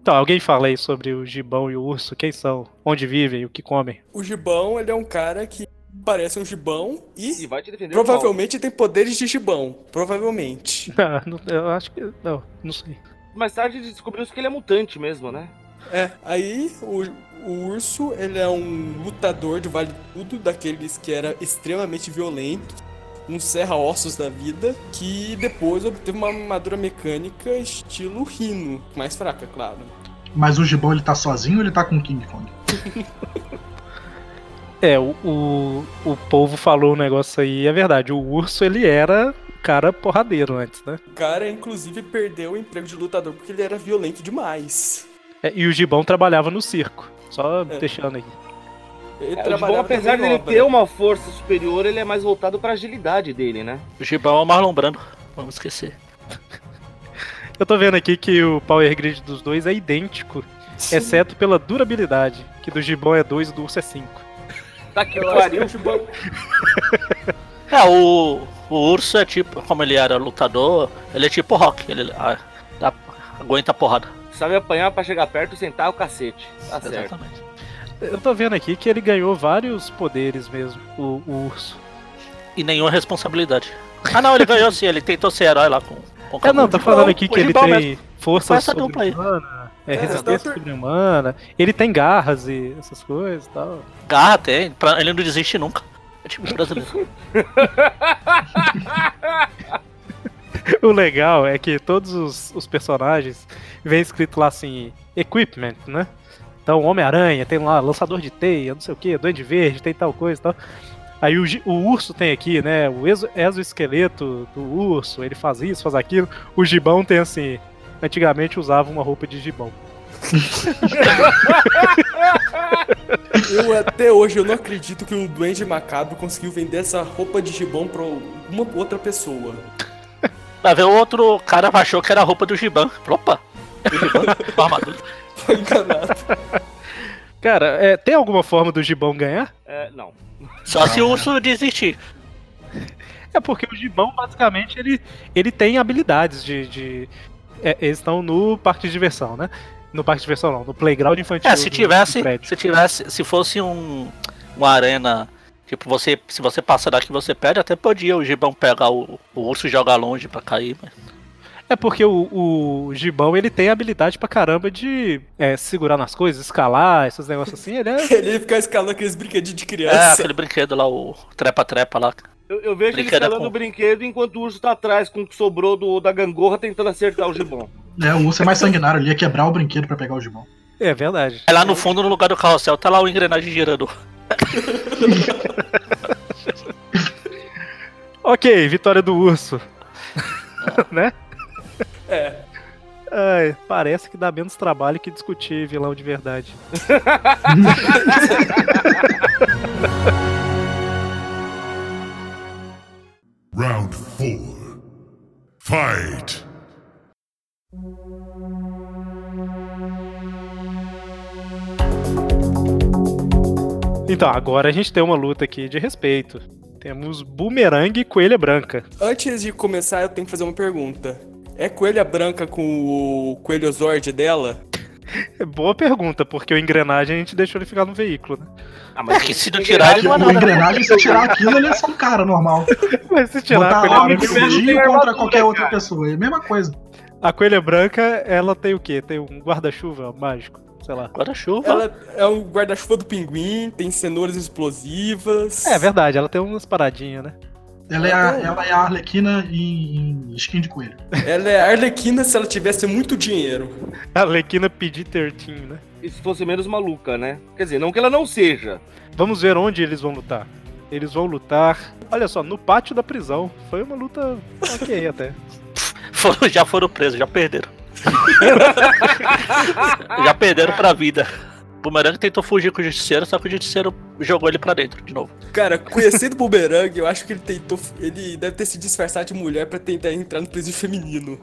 Speaker 3: Então, alguém fala aí sobre o Gibão e o Urso. Quem são? Onde vivem? O que comem?
Speaker 5: O gibão, ele é um cara que parece um gibão
Speaker 8: E
Speaker 5: e
Speaker 8: vai te defender.
Speaker 5: provavelmente tem poderes de gibão. Provavelmente.
Speaker 3: Ah, não- Eu acho que. Não, não sei.
Speaker 8: mal. Mais tarde descobriu-se que ele é mutante mesmo, né?
Speaker 5: É, aí o, o urso, ele é um lutador de vale tudo, daqueles que era extremamente violento, um serra-ossos da vida, que depois obteve uma armadura mecânica estilo rino, mais fraca, claro.
Speaker 4: Mas o Gibão ele tá sozinho ou ele tá com o King Kong?
Speaker 3: É, o, o, o povo falou um negócio aí, é verdade. O urso, ele era um cara porradeiro antes, né?
Speaker 5: O cara, inclusive, perdeu o emprego de lutador porque ele era violento demais.
Speaker 3: É, e o Gibão trabalhava no circo.
Speaker 6: É.
Speaker 3: Só deixando aí.
Speaker 5: Ele
Speaker 8: É, o Gibão,
Speaker 5: trabalhava
Speaker 8: apesar
Speaker 5: pra
Speaker 8: dele
Speaker 5: manobra.
Speaker 8: ter uma força superior, ele é mais voltado pra agilidade dele, né?
Speaker 6: O Gibão é o Marlon Brando. Vamos esquecer.
Speaker 3: Eu tô vendo aqui que o Power Grid dos dois é idêntico, exceto pela durabilidade, que do Gibão é 2 e do urso é 5.
Speaker 8: Tá que
Speaker 5: Eu acho que
Speaker 8: pariu.
Speaker 5: o gibão-
Speaker 6: É, o, o urso é tipo, como ele era lutador, ele é tipo rock, ele a- dá- aguenta a porrada.
Speaker 8: Sabe apanhar pra chegar perto e sentar o cacete. Tá certo.
Speaker 6: Exatamente.
Speaker 3: Eu tô vendo aqui que ele ganhou vários poderes mesmo, o, o urso.
Speaker 6: E nenhuma responsabilidade. Ah não, ele ganhou sim, ele tentou ser herói lá com, com o
Speaker 3: É, não, tá
Speaker 6: Canguru.
Speaker 3: falando aqui
Speaker 6: O
Speaker 3: que ele
Speaker 6: Gibão
Speaker 3: tem força
Speaker 6: Essa dupla aí.
Speaker 3: sobre-humana, é,
Speaker 5: É,
Speaker 3: resistência
Speaker 6: então,
Speaker 5: doutor.
Speaker 3: sobre-humana, ele tem garras e essas coisas e tal.
Speaker 6: Garra Ah, tem, pra- ele não desiste nunca. É tipo brasileiro.
Speaker 3: O legal é que todos os, os personagens vem escrito lá assim, equipment, né? Então, Homem-Aranha, tem lá lançador de teia, não sei o que, Duende Verde, tem tal coisa e tal. Aí o, gi- o urso tem aqui, né? O exo- exoesqueleto do urso, ele faz isso, faz aquilo. O gibão tem assim. Antigamente usava uma roupa de gibão.
Speaker 5: Eu até hoje eu não acredito que o Duende Macabro conseguiu vender essa roupa de gibão pra uma outra pessoa.
Speaker 6: Vai ver o outro cara achou que era a roupa do Gibão. Falou, opa! O Gibão, uma armadura.
Speaker 5: Foi enganado.
Speaker 3: Cara, é, tem alguma forma do gibão ganhar?
Speaker 8: É, não.
Speaker 6: Só se o urso desistir.
Speaker 3: É porque o gibão, basicamente, ele, ele tem habilidades de. de- é, eles estão no parque de diversão, né? No parque de diversão não, no playground infantil.
Speaker 6: É, se
Speaker 3: do- do
Speaker 6: tivesse,
Speaker 3: prédio.
Speaker 6: se tivesse, se fosse um uma arena, tipo você, se você passar daqui você perde, até podia o gibão pegar o, o urso e jogar longe pra cair, mas
Speaker 3: É porque o, o Gibão ele tem habilidade pra caramba de é, segurar nas coisas, escalar, esses negócios assim. Ele é.
Speaker 5: Ele ia ficar escalando aqueles brinquedinhos de
Speaker 6: é
Speaker 5: criança.
Speaker 6: aquele brinquedo lá, o trepa-trepa lá.
Speaker 8: Eu, eu vejo ele
Speaker 6: Brinquedo é
Speaker 8: escalando
Speaker 6: bom.
Speaker 8: o brinquedo enquanto o urso tá atrás com o que sobrou do, da gangorra tentando acertar o gibão.
Speaker 4: É, o urso é mais sanguinário, ele ia quebrar o brinquedo pra pegar o Gibão.
Speaker 3: É verdade.
Speaker 6: Aí lá no fundo, no lugar do carrossel, tá lá o engrenagem girando.
Speaker 3: Ok, vitória do urso. né?
Speaker 5: É.
Speaker 3: Ai, parece que dá menos trabalho que discutir vilão de verdade.
Speaker 9: Round four. Fight!
Speaker 3: Então, agora a gente tem uma luta aqui de respeito. Temos Boomerang e Coelha Branca.
Speaker 5: Antes de começar, eu tenho que fazer uma pergunta. É coelha branca com o coelhozorde dela?
Speaker 3: É boa pergunta, porque o engrenagem a gente deixou ele ficar no veículo, né?
Speaker 8: Ah, mas
Speaker 6: É que se não tirar, ele
Speaker 4: Que
Speaker 6: não é
Speaker 4: o
Speaker 6: nada.
Speaker 4: engrenagem, se eu tirar aquilo, ele é só um cara normal.
Speaker 3: Mas se tirar é a
Speaker 4: Botar
Speaker 3: coelha,
Speaker 4: a hora que
Speaker 3: branca-
Speaker 4: eu
Speaker 8: branca.
Speaker 4: dia contra qualquer
Speaker 8: Cara.
Speaker 4: outra pessoa. É a mesma coisa.
Speaker 3: a coelha branca, ela tem o quê? Tem um guarda-chuva mágico, sei lá. Ah.
Speaker 6: Guarda-chuva.
Speaker 5: Ela é um guarda-chuva do pinguim, tem cenouras explosivas.
Speaker 3: É verdade, ela tem umas paradinhas, né?
Speaker 4: Ela é a, ela é a Arlequina em, em skin de coelho.
Speaker 5: Ela é a Arlequina se ela tivesse muito dinheiro.
Speaker 3: A Lequina pedir tertinho, né?
Speaker 8: E se fosse menos maluca, né? Quer dizer, não que ela não seja.
Speaker 3: Vamos ver onde eles vão lutar. Eles vão lutar. Olha só, no pátio da prisão. Foi uma luta ok até.
Speaker 6: Foram- já foram presos, já perderam.
Speaker 8: Ah,
Speaker 6: já perderam pra vida. Boomerang tentou fugir com o Justiceiro, só que o Justiceiro jogou ele pra dentro de novo.
Speaker 5: Cara, conhecendo o Boomerang, eu acho que ele tentou. Ele deve ter se disfarçado de mulher pra tentar entrar no presídio feminino.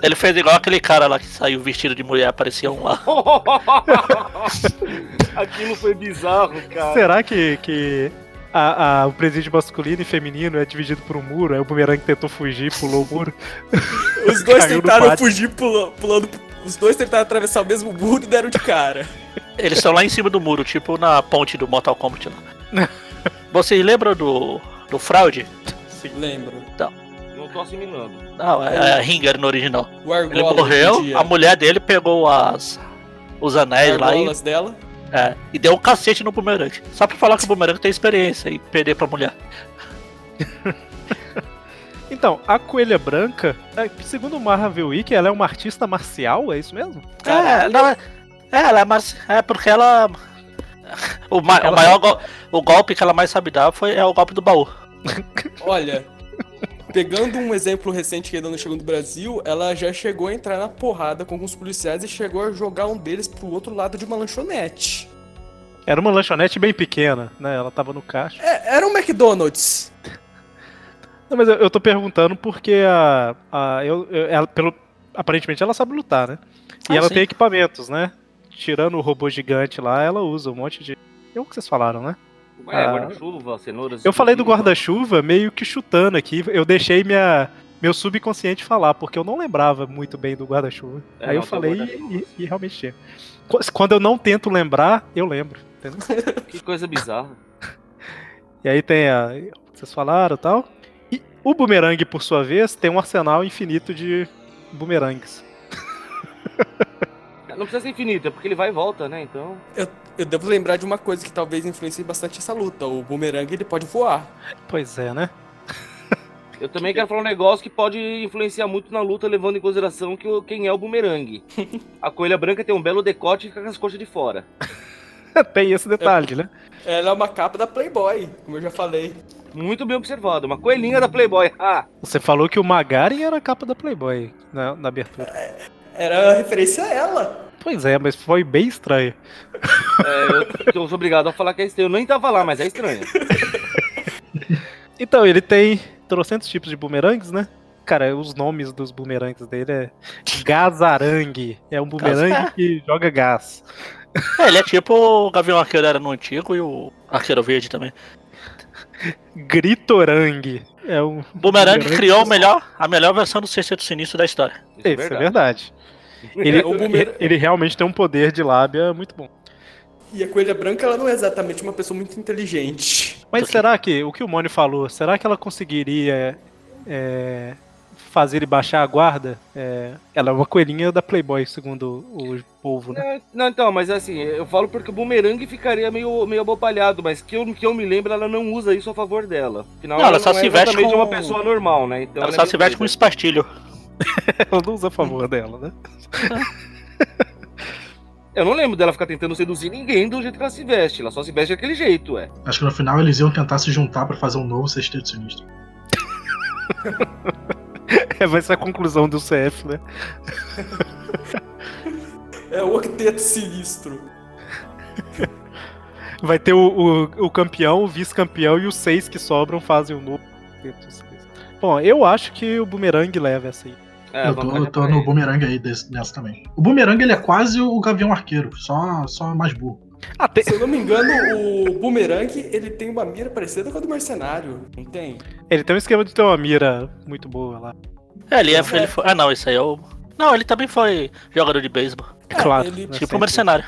Speaker 6: Ele fez igual aquele cara lá que saiu vestido de mulher, aparecia um lá.
Speaker 8: Aquilo foi bizarro, cara.
Speaker 3: Será que, que a- a- o presídio masculino e feminino é dividido por um muro? Aí o bumerangue tentou fugir, pulou o muro.
Speaker 5: Os dois
Speaker 3: Caiu no
Speaker 5: tentaram
Speaker 3: pátio.
Speaker 5: fugir pula- pulando. Os dois tentaram atravessar o mesmo muro e deram de cara.
Speaker 6: Eles estão lá em cima do muro, tipo na ponte do Mortal Kombat lá. Vocês lembram do, do fraude?
Speaker 5: Lembro.
Speaker 8: Não tô assimilando.
Speaker 6: Não, é, é Ringer no original.
Speaker 5: O Argola
Speaker 6: Ele morreu,
Speaker 5: pedia.
Speaker 6: a mulher dele pegou as os anéis lá e,
Speaker 5: Argolas dela.
Speaker 6: é, e deu um cacete no bumerangue. Só pra falar que o bumerangue tem experiência e perder pra mulher.
Speaker 3: Então, a Coelha Branca, é, segundo o Marvel Wiki, ela é uma artista marcial, é isso mesmo?
Speaker 6: É, não, é, ela é, marci- é porque ela. O, ma- o maior go- o golpe que ela mais sabe dar foi, é o golpe do baú.
Speaker 5: Olha, pegando um exemplo recente que ainda não chegou no Brasil, ela já chegou a entrar na porrada com alguns policiais e chegou a jogar um deles pro outro lado de uma lanchonete.
Speaker 3: Era uma lanchonete bem pequena, né? Ela tava no caixa.
Speaker 5: É, era um McDonald's.
Speaker 3: Não, mas eu, eu tô perguntando porque a. a eu, eu- ela, pelo, aparentemente ela sabe lutar, né? E
Speaker 6: Ah,
Speaker 3: ela
Speaker 6: sim.
Speaker 3: tem equipamentos, né? Tirando o robô gigante lá, ela usa um monte de. É o que vocês falaram, né?
Speaker 8: Ué,
Speaker 3: Ah.
Speaker 8: é guarda-chuva, cenouras.
Speaker 3: Eu falei do guarda-chuva meio que chutando aqui. Eu deixei minha, meu subconsciente falar, porque eu não lembrava muito bem do guarda-chuva. Aí
Speaker 8: É, não,
Speaker 3: eu
Speaker 8: tem
Speaker 3: falei
Speaker 8: guarda-chuva.
Speaker 3: e, e realmente tinha. Qu- Quando eu não tento lembrar, eu lembro. Entendeu?
Speaker 8: Que coisa bizarra.
Speaker 3: E aí tem a. Vocês falaram e tal. E o bumerangue, por sua vez, tem um arsenal infinito de bumerangues.
Speaker 8: Não precisa ser infinito, é porque ele vai e volta, né? Então.
Speaker 5: Eu devo lembrar de uma coisa que talvez influencie bastante essa luta. O bumerangue ele pode voar.
Speaker 3: Pois é, né?
Speaker 8: Eu também quero falar um negócio que pode influenciar muito na luta, levando em consideração que o- quem é o bumerangue. A coelha branca tem um belo decote e fica com as coxas de fora.
Speaker 3: tem esse detalhe, né?
Speaker 5: Ela é uma capa da Playboy, como eu já falei.
Speaker 8: Muito bem observado, uma coelhinha da Playboy. Ah,
Speaker 3: Você falou que o Magaren era a capa da Playboy né, na, na abertura.
Speaker 5: Era a referência a ela.
Speaker 3: Pois é, mas foi bem estranho.
Speaker 8: é, eu, eu sou obrigado a falar que é estranho. Eu nem tava lá, mas é estranho.
Speaker 3: Então, ele tem trocentos tipos de bumerangues, né? Cara, os nomes dos bumerangues dele é Gazarangue. É um bumerangue que joga gás.
Speaker 6: É, ele é tipo o Gavião Arqueiro era no antigo e o Arqueiro Verde também.
Speaker 3: Gritorangue. É um. Isso,
Speaker 6: Boomerang
Speaker 3: Bumerangue
Speaker 6: criou o melhor, a melhor versão do Sexteto Sinistro da história.
Speaker 8: Isso
Speaker 3: é verdade. Ele,
Speaker 5: o bumerangue-
Speaker 3: ele realmente tem um poder de lábia muito bom.
Speaker 5: E a coelha branca ela não é exatamente uma pessoa muito inteligente.
Speaker 3: Mas será que, o que o Mônio falou, será que ela conseguiria é, fazer ele baixar a guarda? É, ela é uma coelhinha da Playboy, segundo o povo, né?
Speaker 8: Não, Não, então, mas assim, eu falo porque o bumerangue ficaria meio, meio abobalhado, mas que eu, que eu me lembro, ela não usa isso a favor dela. Afinal, é
Speaker 6: Não, ela só se veste
Speaker 8: exatamente
Speaker 6: com-
Speaker 8: uma pessoa normal, né? Então,
Speaker 6: Ela
Speaker 8: é
Speaker 6: só
Speaker 8: meio
Speaker 6: se veste com um
Speaker 8: doida.
Speaker 6: espartilho.
Speaker 3: Ela não usa a favor dela, né?
Speaker 8: Eu não lembro dela ficar tentando seduzir ninguém do jeito que ela se veste. Ela só se veste daquele jeito, ué.
Speaker 4: Acho que no final eles iam tentar se juntar pra fazer um novo sexteto sinistro.
Speaker 3: É, vai ser a conclusão do CF, né?
Speaker 5: É o octeto sinistro.
Speaker 3: Vai ter o, o, o campeão, o vice-campeão e os seis que sobram fazem o novo. Bom, eu acho que o bumerangue leva essa aí.
Speaker 8: É,
Speaker 4: eu tô,
Speaker 8: vantagem
Speaker 4: eu tô
Speaker 8: pra
Speaker 4: no
Speaker 8: ele.
Speaker 4: bumerangue aí desse- nessa também. O bumerangue ele é quase o Gavião Arqueiro, só, só mais burro.
Speaker 3: Ah, tem-
Speaker 5: Se eu não me engano, o Boomerang, ele tem uma mira parecida com a do Mercenário, não tem?
Speaker 3: Ele tem um esquema de ter uma mira muito boa lá.
Speaker 6: É, ele, é,
Speaker 3: Uhum.
Speaker 6: ele foi. Ah, não, isso aí é o. Não, ele também foi jogador de beisebol.
Speaker 3: É claro.
Speaker 5: ele-
Speaker 3: né,
Speaker 6: Tipo
Speaker 3: sempre.
Speaker 6: o mercenário.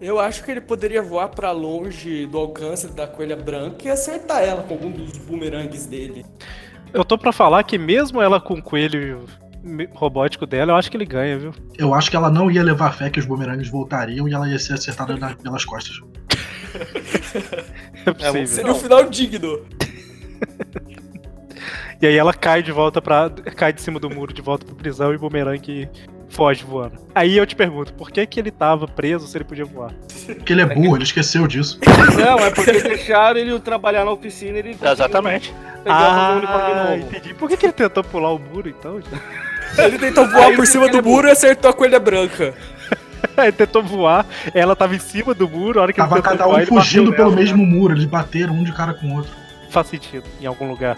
Speaker 5: Eu acho que ele poderia voar pra longe do alcance da coelha branca e acertar ela com algum dos boomerangues dele.
Speaker 3: Eu tô pra falar que mesmo ela com o coelho me- robótico dela, eu acho que ele ganha, viu?
Speaker 4: Eu acho que ela não ia levar fé que os bumerangues voltariam e ela ia ser acertada na- pelas costas.
Speaker 3: É possível.
Speaker 5: Seria um final digno.
Speaker 3: e aí ela cai de volta para cai de cima do muro de volta pro prisão e o bumerangue foge voando. Aí eu te pergunto, por que que ele tava preso se ele podia voar?
Speaker 4: Porque ele é burro, ele esqueceu disso.
Speaker 8: Não, é porque deixaram ele trabalhar na oficina e ele conseguiu
Speaker 6: Exatamente.
Speaker 8: pegar o uniforme novo.
Speaker 3: Ah, entendi. Por que que ele tentou pular o muro então? gente?
Speaker 5: Ele tentou voar
Speaker 8: Aí
Speaker 5: por
Speaker 8: ele
Speaker 5: cima do
Speaker 8: quebra o-
Speaker 5: muro e acertou a coelha branca.
Speaker 3: ele tentou voar, ela tava em cima do muro, a hora que
Speaker 4: Tava
Speaker 3: ele tentou
Speaker 4: cada
Speaker 3: voar,
Speaker 4: um
Speaker 3: ele bateu
Speaker 4: fugindo pelo
Speaker 3: nela.
Speaker 4: mesmo muro, eles bateram um de cara com o outro.
Speaker 3: Faz sentido, em algum lugar.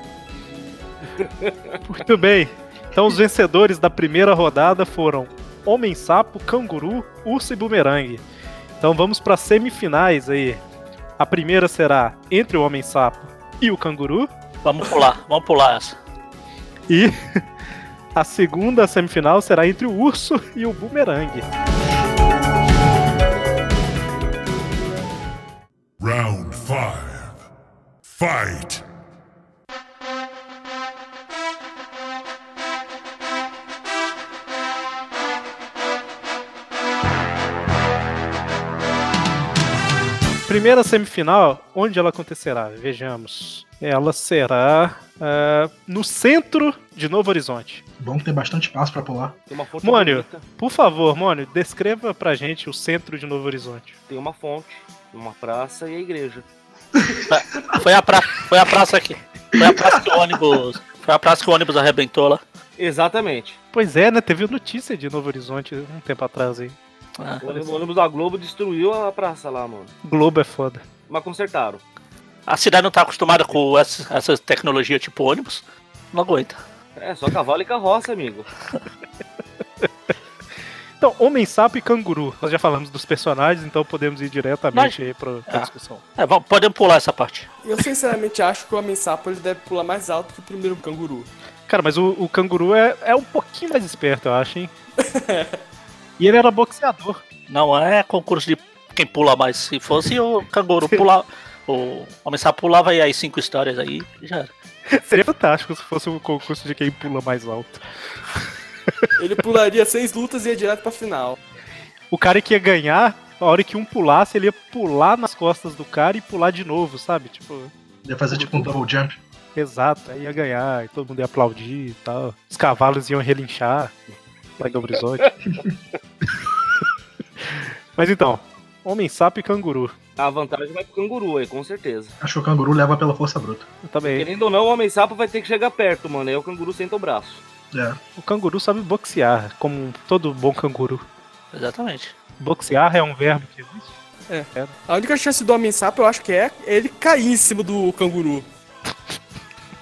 Speaker 3: Muito bem. Então os vencedores da primeira rodada foram Homem Sapo, Canguru, Urso e Bumerangue. Então vamos para semifinais aí. A primeira será entre o Homem Sapo e o Canguru.
Speaker 6: Vamos pular, vamos pular essa.
Speaker 3: E a segunda semifinal será entre o Urso e o Bumerangue.
Speaker 9: Round five. Fight.
Speaker 3: Primeira semifinal, onde ela acontecerá? Vejamos. Ela será ah, no centro de Novo Horizonte.
Speaker 4: Vamos ter bastante espaço pra pular.
Speaker 8: Tem uma fonte
Speaker 3: Mônio.
Speaker 8: bonita,
Speaker 3: Por favor, Mônio, descreva pra gente o centro de Novo Horizonte.
Speaker 8: Tem uma fonte, uma praça e a igreja.
Speaker 6: Foi a, pra... foi a praça aqui. Foi a praça que o ônibus. Foi a praça que o ônibus arrebentou lá.
Speaker 8: Exatamente.
Speaker 3: Pois é, né? Teve notícia de Novo Horizonte um tempo atrás aí.
Speaker 6: Ah,
Speaker 8: O ônibus- o ônibus da Globo destruiu a praça lá, mano.
Speaker 3: Globo é foda.
Speaker 8: Mas consertaram.
Speaker 6: A cidade não tá acostumada com essa, essa tecnologia tipo ônibus. Não aguenta.
Speaker 8: É, só cavalo e carroça, amigo.
Speaker 3: Então, Homem Sapo e Canguru. Nós já falamos dos personagens, então podemos ir diretamente aí pra, pra
Speaker 6: Ah.
Speaker 3: discussão.
Speaker 6: É, vamos, podemos pular essa parte.
Speaker 5: Eu sinceramente acho que o homem sapo ele deve pular mais alto que o primeiro canguru.
Speaker 3: Cara, mas o, o canguru é, é um pouquinho mais esperto, eu acho, hein? e ele era boxeador.
Speaker 6: Não é concurso de quem pula mais. Se fosse o canguru pular. O homem sapo pulava e aí cinco histórias aí já era.
Speaker 3: Seria fantástico se fosse um concurso de quem pula mais alto.
Speaker 5: Ele pularia seis lutas e ia direto pra final.
Speaker 3: O cara que ia ganhar, a hora que um pulasse, ele ia pular nas costas do cara e pular de novo, sabe? Tipo,
Speaker 4: Ia fazer tipo um double jump.
Speaker 3: exato, aí ia ganhar, e todo mundo ia aplaudir e tal. Os cavalos iam relinchar lá em Novo Horizonte. Mas então, homem sapo e canguru.
Speaker 8: A vantagem vai pro canguru aí, com certeza.
Speaker 4: Acho que o canguru leva pela força bruta.
Speaker 3: Eu também.
Speaker 8: Querendo ou não, o homem sapo vai ter que chegar perto, mano. Aí o canguru senta o braço.
Speaker 4: É.
Speaker 3: O canguru sabe boxear, como todo bom canguru.
Speaker 6: Exatamente.
Speaker 3: Boxear é um verbo que existe?
Speaker 5: A única chance do homem sapo eu acho que é ele cair em cima do canguru.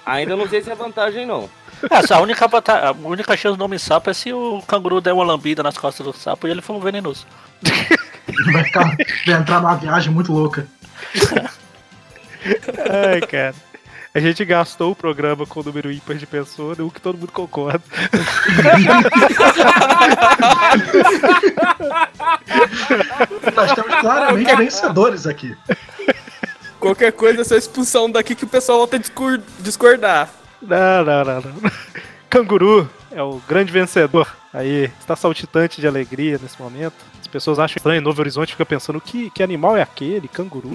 Speaker 8: Ainda não sei se é vantagem, não.
Speaker 6: É, Essa, a, única, vanta- a única chance do homem sapo é se o canguru der uma lambida nas costas do sapo e ele for um venenoso.
Speaker 4: Ele vai ficar. vai entrar numa viagem muito louca.
Speaker 3: Ai, cara. A gente gastou o programa com o número ímpar de pessoa, né? o que todo mundo concorda.
Speaker 4: Nós temos claramente vencedores aqui.
Speaker 5: Qualquer coisa é só expulsão daqui que o pessoal volta a discor- discordar.
Speaker 3: Não, não, não, não. Canguru é o grande vencedor. Aí, está saltitante de alegria nesse momento. As pessoas acham estranho, Novo Horizonte fica pensando, que, que animal é aquele? Canguru?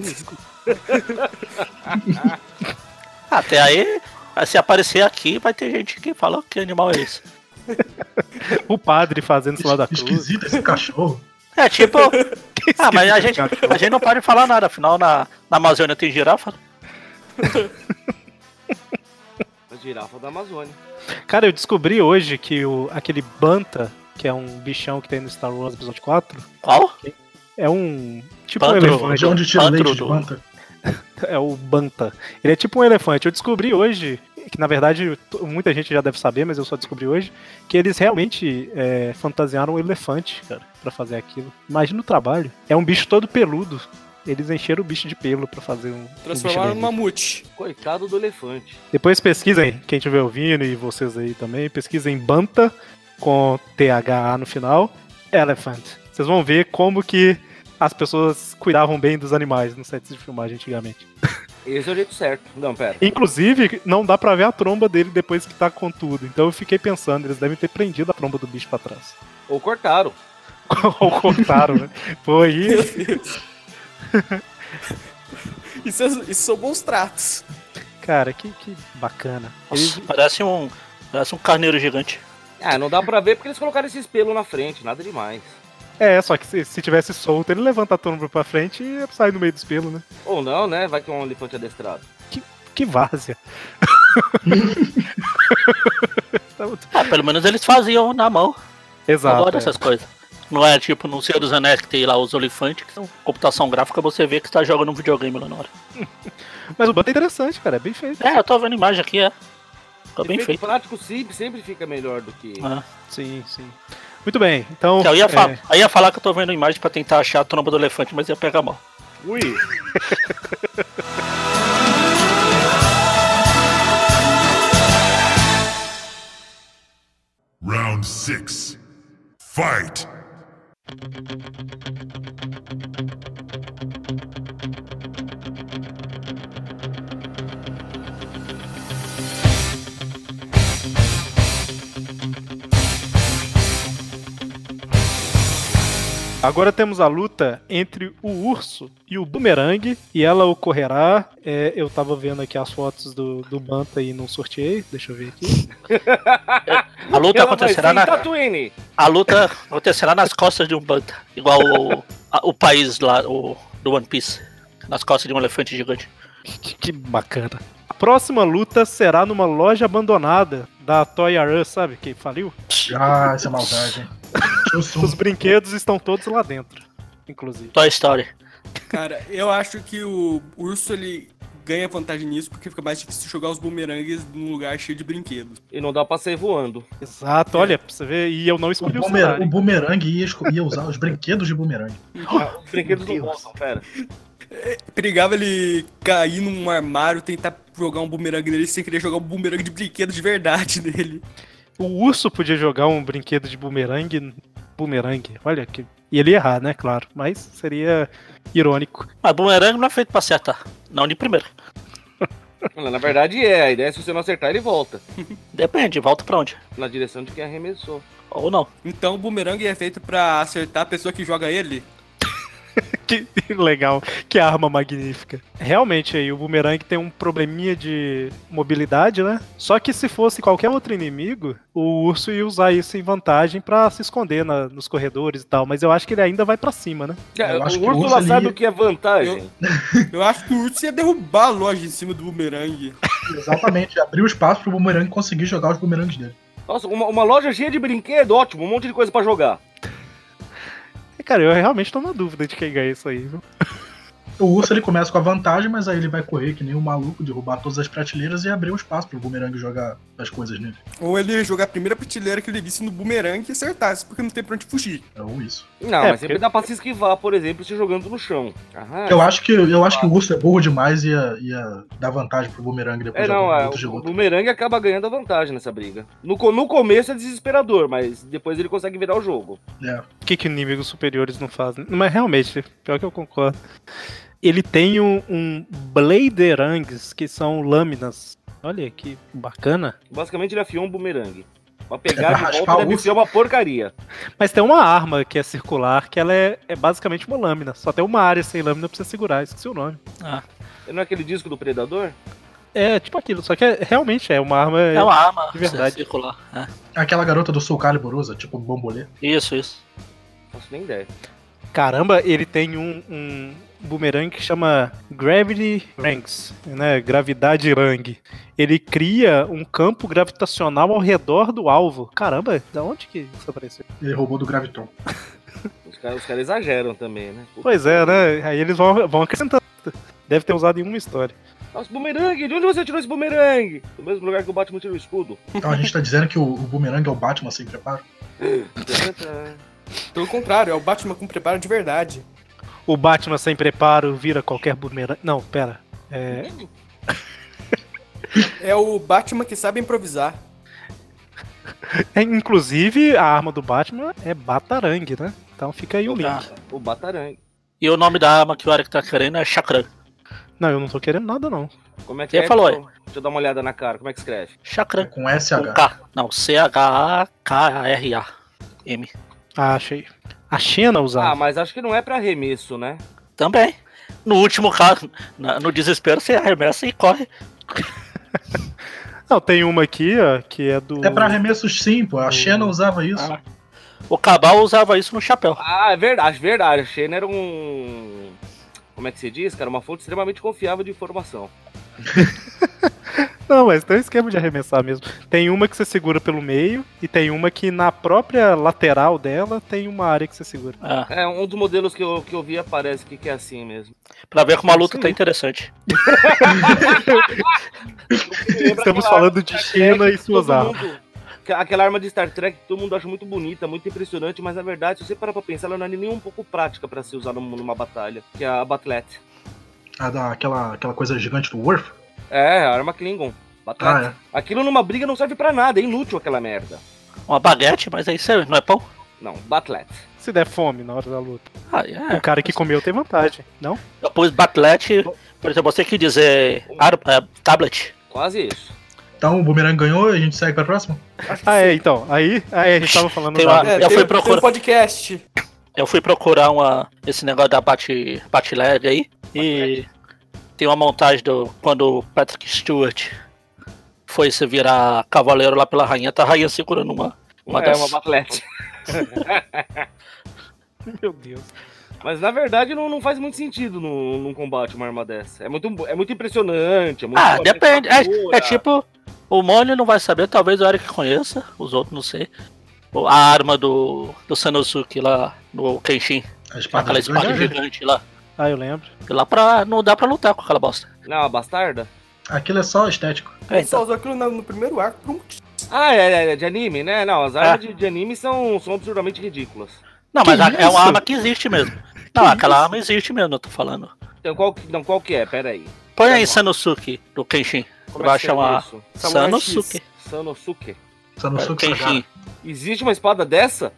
Speaker 6: Até aí, se aparecer aqui, vai ter gente que fala que animal é esse.
Speaker 3: o padre fazendo isso lá da cruz.
Speaker 4: Esquisito esse cachorro.
Speaker 6: É tipo. ah, mas a gente, a gente não pode falar nada, afinal na, na Amazônia tem girafa.
Speaker 8: A girafa da Amazônia.
Speaker 3: Cara, eu descobri hoje que o, aquele Banta, que é um bichão que tem no Star Wars Episódio 4,
Speaker 6: Qual?
Speaker 3: é um... Tipo um
Speaker 6: Pantro.
Speaker 3: elefante.
Speaker 4: De onde tira leite de
Speaker 6: Patrono.
Speaker 4: planta?
Speaker 3: É o Banta. Ele é tipo um elefante. Eu descobri hoje, que na verdade t- muita gente já deve saber, mas eu só descobri hoje, que eles realmente é, fantasiaram um elefante, cara, pra fazer aquilo. Imagina o trabalho. É um bicho todo peludo. Eles encheram o bicho de pelo pra fazer um. um bicho
Speaker 5: Transformaram
Speaker 3: dele.
Speaker 5: no mamute.
Speaker 8: Coitado do elefante.
Speaker 3: Depois pesquisem, quem estiver ouvindo e vocês aí também, pesquisem Banta com THA no final, Elephant. Vocês vão ver como que as pessoas cuidavam bem dos animais nos sets de filmagem antigamente.
Speaker 8: Esse é o jeito certo. Não, pera.
Speaker 3: Inclusive, não dá pra ver a tromba dele depois que tá com tudo. Então eu fiquei pensando, eles devem ter prendido a tromba do bicho pra trás.
Speaker 8: Ou cortaram.
Speaker 3: Ou cortaram, né? Foi aí.
Speaker 5: Isso, é- isso são bons tratos.
Speaker 3: Cara, que, que bacana. Eles-
Speaker 6: Nossa, parece um. Parece um carneiro gigante.
Speaker 8: Ah, não dá pra ver porque eles colocaram esses pelos na frente, nada demais.
Speaker 3: É, só que se, se tivesse solto, ele levanta a tromba pra frente e sai no meio dos pelos, né?
Speaker 8: Ou não, né? Vai que é um elefante adestrado.
Speaker 3: Que várzea. Tá muito-
Speaker 6: Ah, pelo menos eles faziam na mão.
Speaker 3: Exato.
Speaker 6: Agora
Speaker 3: é.
Speaker 6: essas coisas. Não é tipo no Senhor dos Anéis que tem lá os olifantes, que são computação gráfica, você vê que tá jogando um videogame lá na hora.
Speaker 3: Mas o bando é interessante, cara. É bem feito.
Speaker 6: É, eu tô vendo imagem aqui, é. Ficou bem feito.
Speaker 8: Efeito prático sempre, sempre fica melhor do que.
Speaker 6: Ah.
Speaker 3: Sim, sim. Muito bem, então.
Speaker 6: Eu, ia
Speaker 3: é,
Speaker 6: fa- eu ia falar que eu tô vendo imagem pra tentar achar a tromba do elefante, mas ia pegar mal.
Speaker 8: Ui!
Speaker 9: Round six. Fight.
Speaker 3: Agora temos a luta entre o urso e o bumerangue, e ela ocorrerá. é, eu tava vendo aqui as fotos do, do Banta e não sorteei, deixa eu ver aqui.
Speaker 6: A luta
Speaker 8: Ela vai ser
Speaker 6: acontecerá
Speaker 8: em
Speaker 6: na.
Speaker 8: Tatooine!
Speaker 6: A luta acontecerá nas costas de um banta. Igual o, a- o país lá, o, do One Piece. Nas costas de um elefante gigante.
Speaker 3: Que, que bacana. A próxima luta será numa loja abandonada da Toy R Us, sabe? Que faliu?
Speaker 4: Ah, essa maldade. hein? um Eu sou
Speaker 3: Os brinquedos estão todos lá dentro, inclusive.
Speaker 6: Toy Story.
Speaker 5: Cara, eu acho que o urso ele ganha vantagem nisso porque fica mais difícil jogar os bumerangues num lugar cheio de brinquedos.
Speaker 8: E não dá pra sair voando.
Speaker 3: Exato, olha, pra você ver. E eu não
Speaker 4: O,
Speaker 3: escolhi o,
Speaker 4: bumer, o
Speaker 3: cenário.
Speaker 4: bumerangue ia, esco- ia usar os brinquedos de bumerangue.
Speaker 8: Os brinquedos não voltam, pera.
Speaker 5: Perigava É ele cair num armário, tentar jogar um bumerangue nele sem querer jogar um bumerangue de brinquedo de verdade nele.
Speaker 3: O urso podia jogar um brinquedo de bumerangue. Bumerangue, olha que. E ele ia errar, né? Claro. Mas seria irônico.
Speaker 6: Mas bumerangue não é feito pra acertar. Não de primeira.
Speaker 8: Olha, Na verdade é, a ideia é se você não acertar, ele volta.
Speaker 6: Depende, volta pra onde?
Speaker 8: Na direção de quem arremessou.
Speaker 6: Ou não.
Speaker 5: Então o bumerangue é feito pra acertar a pessoa que joga ele.
Speaker 3: Que legal, que arma magnífica. Realmente aí, o bumerangue tem um probleminha de mobilidade, né? Só que se fosse qualquer outro inimigo, o urso ia usar isso em vantagem pra se esconder na- nos corredores e tal. Mas eu acho que ele ainda vai pra cima, né?
Speaker 8: Cara,
Speaker 4: É, acho que
Speaker 8: É, o
Speaker 4: o
Speaker 8: urso
Speaker 4: urso
Speaker 8: lá
Speaker 4: ali-
Speaker 8: sabe o que é vantagem.
Speaker 5: Eu acho que o urso ia derrubar a loja em cima do bumerangue.
Speaker 4: Exatamente, abriu espaço pro bumerangue conseguir jogar os bumerangues dele.
Speaker 8: Nossa, uma, uma loja cheia de brinquedo, ótimo, um monte de coisa pra jogar.
Speaker 3: E, É, cara, eu realmente tô na dúvida de quem ganha isso aí, viu?
Speaker 4: O urso ele começa com a vantagem, mas aí ele vai correr que nem um maluco, derrubar todas as prateleiras e abrir o espaço pro bumerangue jogar as coisas nele.
Speaker 5: Ou ele ia jogar a primeira prateleira que ele visse no bumerangue e acertasse, porque não tem pra onde fugir.
Speaker 4: É ou isso.
Speaker 8: Não,
Speaker 3: É,
Speaker 8: mas sempre
Speaker 3: porque-
Speaker 8: dá pra se esquivar, por exemplo, se jogando no chão. Ah, Aham.
Speaker 4: Eu acho que, eu acho que o urso é burro demais e ia, ia dar vantagem pro bumerangue depois
Speaker 8: É,
Speaker 4: de
Speaker 8: não,
Speaker 4: alguns
Speaker 8: é,
Speaker 4: minutos de
Speaker 8: o
Speaker 4: luta.
Speaker 8: bumerangue acaba ganhando a vantagem nessa briga. No, co- no começo é desesperador, mas depois ele consegue virar o jogo.
Speaker 4: É.
Speaker 3: O que, que inimigos superiores não fazem? Mas realmente, pior que eu concordo. Ele tem um, um bladerangs, que são lâminas. Olha que bacana.
Speaker 8: Basicamente ele afiou um bumerangue. Pra
Speaker 4: É pra
Speaker 8: pegar de
Speaker 4: raspar
Speaker 8: volta
Speaker 4: o
Speaker 8: deve
Speaker 4: urso.
Speaker 8: ser uma porcaria.
Speaker 3: Mas tem uma arma que é circular, que ela é, é basicamente uma lâmina. Só tem uma área sem lâmina pra você segurar, esqueci o nome.
Speaker 8: Não é aquele disco do Predador?
Speaker 3: É tipo aquilo, só que é- realmente é uma arma.
Speaker 6: É uma arma
Speaker 3: de verdade.
Speaker 6: circular. né?
Speaker 4: Aquela garota do Soul Calibur usa, tipo um bombolê.
Speaker 6: Isso, isso.
Speaker 8: Não faço nem ideia.
Speaker 3: Caramba, ele tem um, um bumerangue que chama Gravity Ranks, né? Gravidade Rang. Ele cria um campo gravitacional ao redor do alvo. Caramba, da onde que isso apareceu?
Speaker 4: Ele roubou do Graviton.
Speaker 8: Os caras os caras exageram também, né? Pô,
Speaker 3: Pois é, né? Aí eles vão, vão acrescentando. Deve ter usado em uma história.
Speaker 8: Nossa, bumerangue! De onde você tirou esse bumerangue? Do mesmo lugar que o Batman tirou o escudo.
Speaker 4: Então a gente tá dizendo que o, o bumerangue é o Batman sem preparo.
Speaker 5: Pelo contrário, é o Batman com preparo de verdade.
Speaker 3: o Batman sem preparo vira qualquer bumerangue. Não, pera. É,
Speaker 5: É o Batman que sabe improvisar.
Speaker 3: é, inclusive, a arma do Batman é Batarangue, né? Então fica aí o link.
Speaker 6: Tá.
Speaker 8: O Batarangue.
Speaker 6: E o nome da arma que o Eric tá querendo é Chakran.
Speaker 3: Não, eu não tô querendo nada, não.
Speaker 8: Como é que
Speaker 6: Quem
Speaker 8: é?
Speaker 6: falou,
Speaker 8: Deixa eu- Deixa eu dar uma olhada na cara. Como é que escreve?
Speaker 6: Chakran.
Speaker 4: Com SH.
Speaker 6: Com K. Não, C-H-A-K-R-A-M.
Speaker 3: Ah, achei. A Xena
Speaker 8: Ah,
Speaker 3: usava.
Speaker 8: mas acho que não é pra arremesso, né?
Speaker 6: Também. No último caso, na- no desespero, você arremessa e corre. Ah.
Speaker 3: Não, tem uma aqui, ó, que é do.
Speaker 4: É pra arremessos sim, pô. A
Speaker 8: Hum.
Speaker 4: Xena usava isso.
Speaker 6: Ah. O Cabal usava isso no chapéu.
Speaker 8: Ah, é verdade, verdade. A Xena era um. Como é que se diz, cara? Uma fonte extremamente confiável de informação.
Speaker 3: Não, mas tem um esquema de arremessar mesmo. Tem uma que você segura pelo meio e tem uma que na própria lateral dela tem uma área que você segura.
Speaker 6: Ah,
Speaker 8: É, um dos modelos que eu, que eu vi aparece que, que é assim mesmo.
Speaker 6: pra ver como a luta
Speaker 3: Sim.
Speaker 6: tá interessante.
Speaker 3: Estamos falando de Xena e suas
Speaker 8: Todo
Speaker 3: armas.
Speaker 8: mundo- que- Aquela arma de Star Trek que todo mundo acha muito bonita, muito impressionante, mas na verdade, se você parar pra pensar, ela não é nem um pouco prática pra ser usada num- numa batalha, que é a Batlet.
Speaker 4: A da- aquela, aquela coisa gigante do Worf.
Speaker 8: É, a arma Klingon. Batlet.
Speaker 3: é.
Speaker 4: Ah,
Speaker 8: Aquilo numa briga não serve pra nada, é inútil aquela merda.
Speaker 6: Uma baguete, mas aí você não é pão?
Speaker 8: Não, Batlet.
Speaker 3: Se der fome na hora da luta.
Speaker 6: Ah, é.
Speaker 3: O cara que comeu tem vantagem, não?
Speaker 6: Eu pus batlete, por exemplo, você que dizer ar, é, tablet.
Speaker 8: Quase isso.
Speaker 4: Então o Boomerang ganhou e a gente segue pra próxima.
Speaker 3: Ah, é, então. Aí, aí a gente tava falando
Speaker 6: Tem
Speaker 3: da.
Speaker 6: uma- É,
Speaker 5: tem,
Speaker 6: eu fui
Speaker 5: tem
Speaker 6: procurar-
Speaker 5: um podcast.
Speaker 6: Eu fui procurar uma, esse negócio da bate, batleg aí e tem uma montagem do quando o Patrick Stewart foi se virar cavaleiro lá pela rainha, tá a rainha segurando uma. Uma
Speaker 8: é
Speaker 6: das-
Speaker 8: uma Batlet.
Speaker 3: Meu Deus.
Speaker 8: Mas na verdade não, não faz muito sentido num, num combate uma arma dessa. É muito, é muito impressionante. É muito
Speaker 6: Ah,
Speaker 8: boa
Speaker 6: depende. É,
Speaker 8: arquitetura.
Speaker 6: é tipo, o Mônio não vai saber, talvez o Eric conheça, os outros não sei. O- A arma do, do Sanosuke lá no Kenshin,
Speaker 4: A
Speaker 6: aquela espada
Speaker 3: é
Speaker 4: gigante.
Speaker 6: gigante lá.
Speaker 3: Ah, eu lembro.
Speaker 6: Lá pra, não dá pra lutar com aquela bosta.
Speaker 8: Não, a bastarda?
Speaker 4: Aquilo é só estético.
Speaker 6: É,
Speaker 5: Ele só
Speaker 6: então.
Speaker 5: usou aquilo na- no, primeiro arco por um motivo.
Speaker 8: Ah, é, é, é de anime, né? Não, as armas
Speaker 6: Ah.
Speaker 8: de, de anime são, são absurdamente ridículas.
Speaker 6: Não, mas
Speaker 3: Que
Speaker 6: a- é
Speaker 3: isso?
Speaker 6: uma arma que existe mesmo. Não, aquela arma existe mesmo, eu tô falando.
Speaker 8: Então qual, que- não, qual que é? Pera aí.
Speaker 6: Põe aí
Speaker 8: bom.
Speaker 6: Sanosuke do Kenshin.
Speaker 8: Como
Speaker 6: Vai
Speaker 8: é que chama
Speaker 6: chamar-
Speaker 8: isso?
Speaker 5: Samurai
Speaker 6: Sanosuke.
Speaker 8: Sanosuke.
Speaker 6: É,
Speaker 4: Sanosuke Sagara.
Speaker 6: Kenshin.
Speaker 8: Existe uma espada dessa?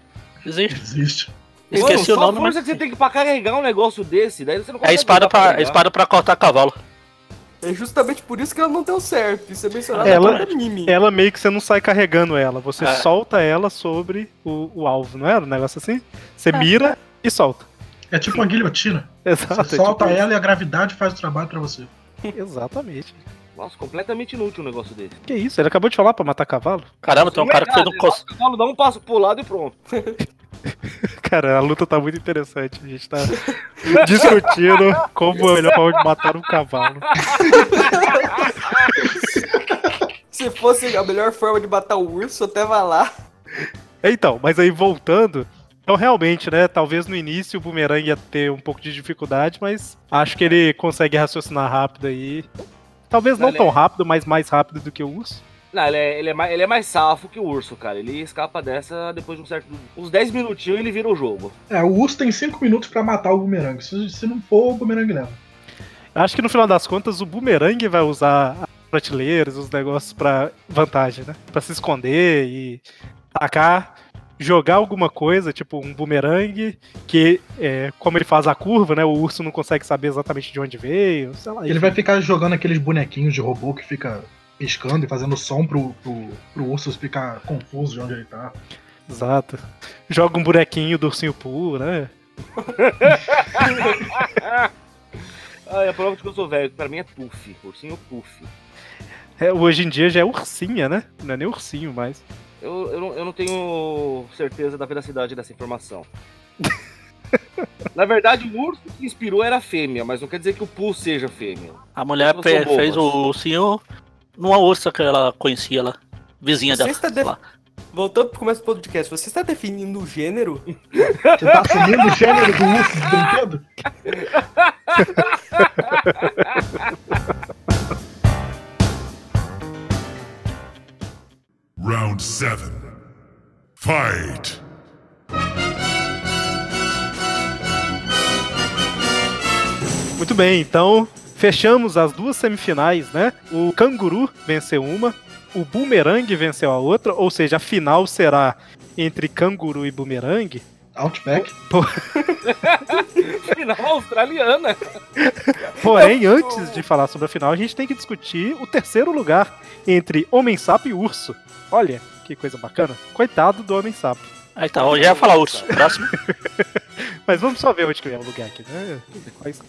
Speaker 6: Existe.
Speaker 4: Existe.
Speaker 6: Esqueci
Speaker 8: Mano,
Speaker 6: o
Speaker 8: só a
Speaker 6: nome,
Speaker 8: força
Speaker 6: mas.
Speaker 8: que você tem que pra carregar um negócio desse. Daí você não
Speaker 6: É
Speaker 8: consegue
Speaker 6: espada
Speaker 8: usar pra
Speaker 6: pra,
Speaker 8: carregar.
Speaker 6: é espada pra cortar cavalo.
Speaker 5: É justamente por isso que ela não deu certo. Isso é mencionado
Speaker 3: Ela- é.
Speaker 5: no anime.
Speaker 3: Ela meio que você não sai carregando ela, você
Speaker 6: É.
Speaker 3: solta ela sobre o, o alvo, não era um negócio assim? Você mira e solta.
Speaker 4: É tipo uma guilhotina.
Speaker 3: Exato.
Speaker 4: Você
Speaker 3: é tipo
Speaker 4: solta
Speaker 3: isso.
Speaker 4: ela e a gravidade faz o trabalho pra você.
Speaker 3: Exatamente.
Speaker 8: Nossa, completamente inútil um negócio desse.
Speaker 3: Que isso? Ele acabou de falar pra matar cavalo?
Speaker 6: Caramba, tem um cara que fez um cos...
Speaker 8: O cavalo dá um passo pro lado e pronto.
Speaker 3: Cara, a luta tá muito interessante. A gente tá discutindo como é a melhor forma de matar um cavalo.
Speaker 5: Se fosse a melhor forma de matar o urso, eu até vai lá.
Speaker 3: Então, mas aí voltando. Então, realmente, né? Talvez no início o Boomerang ia ter um pouco de dificuldade, mas acho que ele consegue raciocinar rápido aí. Talvez não
Speaker 8: Olha.
Speaker 3: tão rápido, mas mais rápido do que o urso.
Speaker 8: Não, ele é, ele, é mais, ele é mais safo que o urso, cara. Ele escapa dessa depois de um certo. Uns 10 minutinhos ele vira o jogo.
Speaker 4: É, o urso tem 5 minutos pra matar o bumerangue. Se, se não for, o bumerangue leva.
Speaker 3: Acho que no final das contas o Boomerang vai usar as prateleiras, os negócios pra vantagem, né? Pra se esconder e atacar, jogar alguma coisa, tipo um boomerang, que é, como ele faz a curva, né? O urso não consegue saber exatamente de onde veio, sei lá.
Speaker 4: Ele vai ficar jogando aqueles bonequinhos de robô que fica piscando e fazendo som pro, pro, pro urso ficar confuso de onde ele tá.
Speaker 3: Exato. Joga um bonequinho do ursinho Poo, né?
Speaker 8: Ah, é a prova de que eu sou velho. que Pra mim é puff. Ursinho puff.
Speaker 3: É, hoje em dia já é ursinha, né? Não é nem ursinho mais.
Speaker 8: Eu, eu, não, eu não tenho certeza da veracidade dessa informação. Na verdade, o urso que inspirou era fêmea, mas não quer dizer que o Poo seja fêmea.
Speaker 6: A mulher
Speaker 8: Elas
Speaker 6: fe-
Speaker 8: são bobas.
Speaker 6: fez o ursinho numa ursa que ela conhecia lá. Vizinha
Speaker 5: Você
Speaker 6: dela.
Speaker 5: está def-
Speaker 6: lá.
Speaker 5: Voltando pro começo do podcast, você está definindo o gênero?
Speaker 4: Você tá assumindo o gênero do urso de brinquedo?
Speaker 9: Round 7. Fight!
Speaker 3: Muito bem, então fechamos as duas semifinais, né? O Canguru venceu uma, o Boomerang venceu a outra, ou seja, a final será entre Canguru e Boomerang.
Speaker 4: Outback.
Speaker 8: Final australiana.
Speaker 3: Porém, antes de falar sobre a final, a gente tem que discutir o terceiro lugar entre Homem-Sapo e Urso. Olha, que coisa bacana. Coitado do Homem-Sapo.
Speaker 6: Aí tá, eu já ia falar urso. Próximo.
Speaker 3: Mas vamos só ver onde que é o lugar aqui, né? Quais-